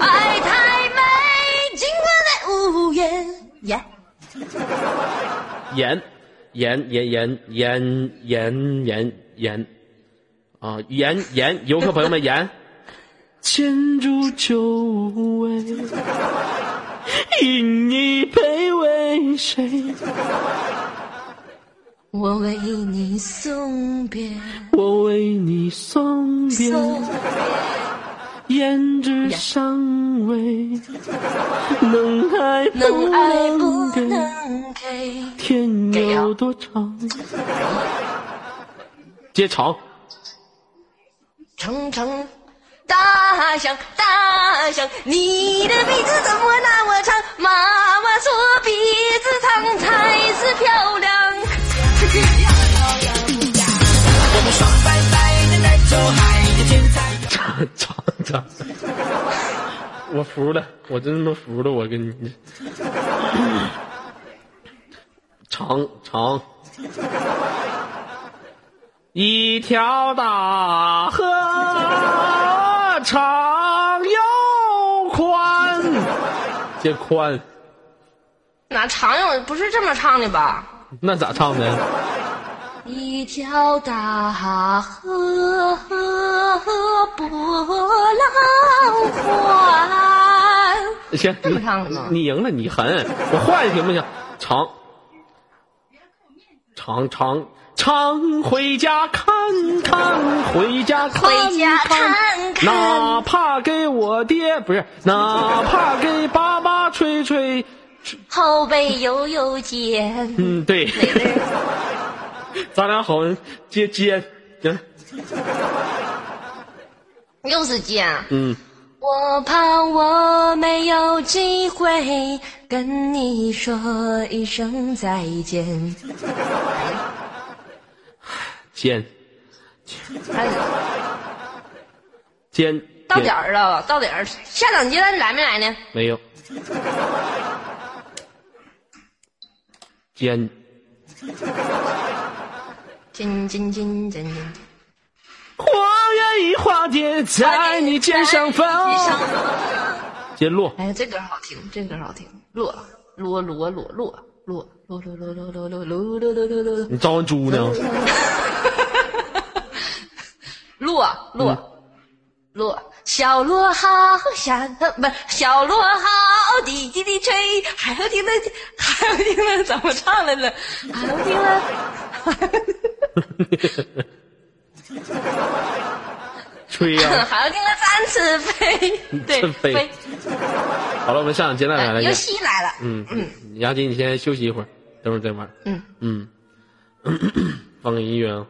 [SPEAKER 6] 爱太美，尽管在午夜。耶，
[SPEAKER 1] 盐盐盐盐盐盐盐盐啊盐盐游客朋友们盐， 千株九无味，因你卑微谁？
[SPEAKER 6] 我为你送别，
[SPEAKER 1] 我为你送别，
[SPEAKER 6] 送
[SPEAKER 1] 胭脂香味， 能爱不
[SPEAKER 6] 能爱不
[SPEAKER 1] 给？
[SPEAKER 6] 能给。
[SPEAKER 1] 天
[SPEAKER 8] 给呀
[SPEAKER 1] 有多长？接长。
[SPEAKER 6] 长长大象，大象，你的鼻子怎么那么长？妈妈说鼻子长才是漂亮。
[SPEAKER 1] 长长长，我服了，我真他妈服了，我跟你。长长，一条大河长又宽，这宽
[SPEAKER 8] 哪常用不是这么唱的吧？
[SPEAKER 1] 那咋唱的？
[SPEAKER 6] 一条大河波浪宽，
[SPEAKER 1] 行，
[SPEAKER 8] 这么唱的吗
[SPEAKER 1] 你赢了，你狠，我换行不行？长，长长长，回家看看，回家看看，
[SPEAKER 6] 回家看看
[SPEAKER 1] 哪怕给我爹不是，哪怕给爸爸吹吹，
[SPEAKER 6] 后背悠悠肩。
[SPEAKER 1] 嗯，对，咱俩好像接接，嗯
[SPEAKER 8] 又是贱，
[SPEAKER 1] 嗯，
[SPEAKER 6] 我怕我没有机会跟你说一声再见。
[SPEAKER 1] 尖
[SPEAKER 8] 哎
[SPEAKER 1] 尖，
[SPEAKER 8] 到
[SPEAKER 1] 尖
[SPEAKER 8] 点儿了，到点儿。下档接单你来没来呢？
[SPEAKER 1] 没有，尖
[SPEAKER 8] 真真真真真，
[SPEAKER 1] 荒原一化蝶在你肩上飞。接落，
[SPEAKER 8] 哎，这歌好听，这歌好听，落落落落落落落落落落落落落落落落落
[SPEAKER 1] 你招人猪呢？
[SPEAKER 8] 落
[SPEAKER 1] 嗯
[SPEAKER 8] 落落，小落好想，不是小落好滴滴滴吹，海鸥听了，海鸥听了怎么唱来 了？海鸥听了，
[SPEAKER 1] 吹呀、
[SPEAKER 8] 海鸥听了展翅飞，对
[SPEAKER 1] 真飞好了，我们上场接待来了
[SPEAKER 8] 游。戏来了，
[SPEAKER 1] 嗯嗯，雅姐，你先休息一会儿，等会儿再玩。
[SPEAKER 8] 嗯
[SPEAKER 1] 嗯，放个音乐啊。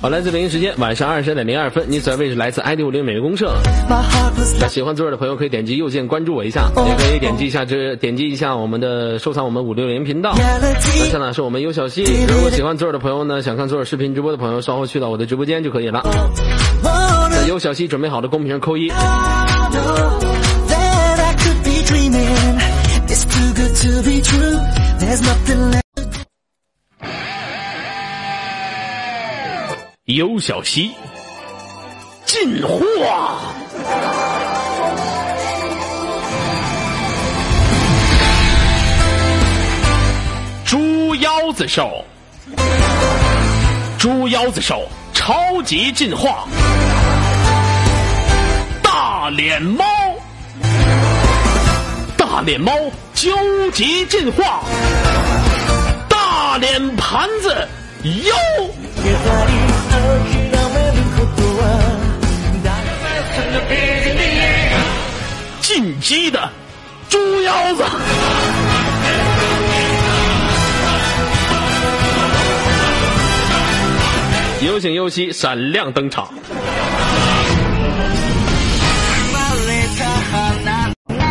[SPEAKER 1] 好，来自北京时间晚上二十点零二分，你所在位置来自 ID 五零美味公社。那喜欢左耳的朋友可以点击右键关注我一下，也可以点击一下这点击一下我们的收藏我们五六零频道。那下呢是我们优小溪。如果喜欢左耳的朋友呢，想看左耳视频直播的朋友，稍后去到我的直播间就可以了。那优小溪准备好的公屏扣一。尤小溪进化。猪腰子手，猪腰子手超级进化，大脸猫，大脸猫究极进化，大脸盘子哟。进击的猪腰子。有请优西闪亮登场。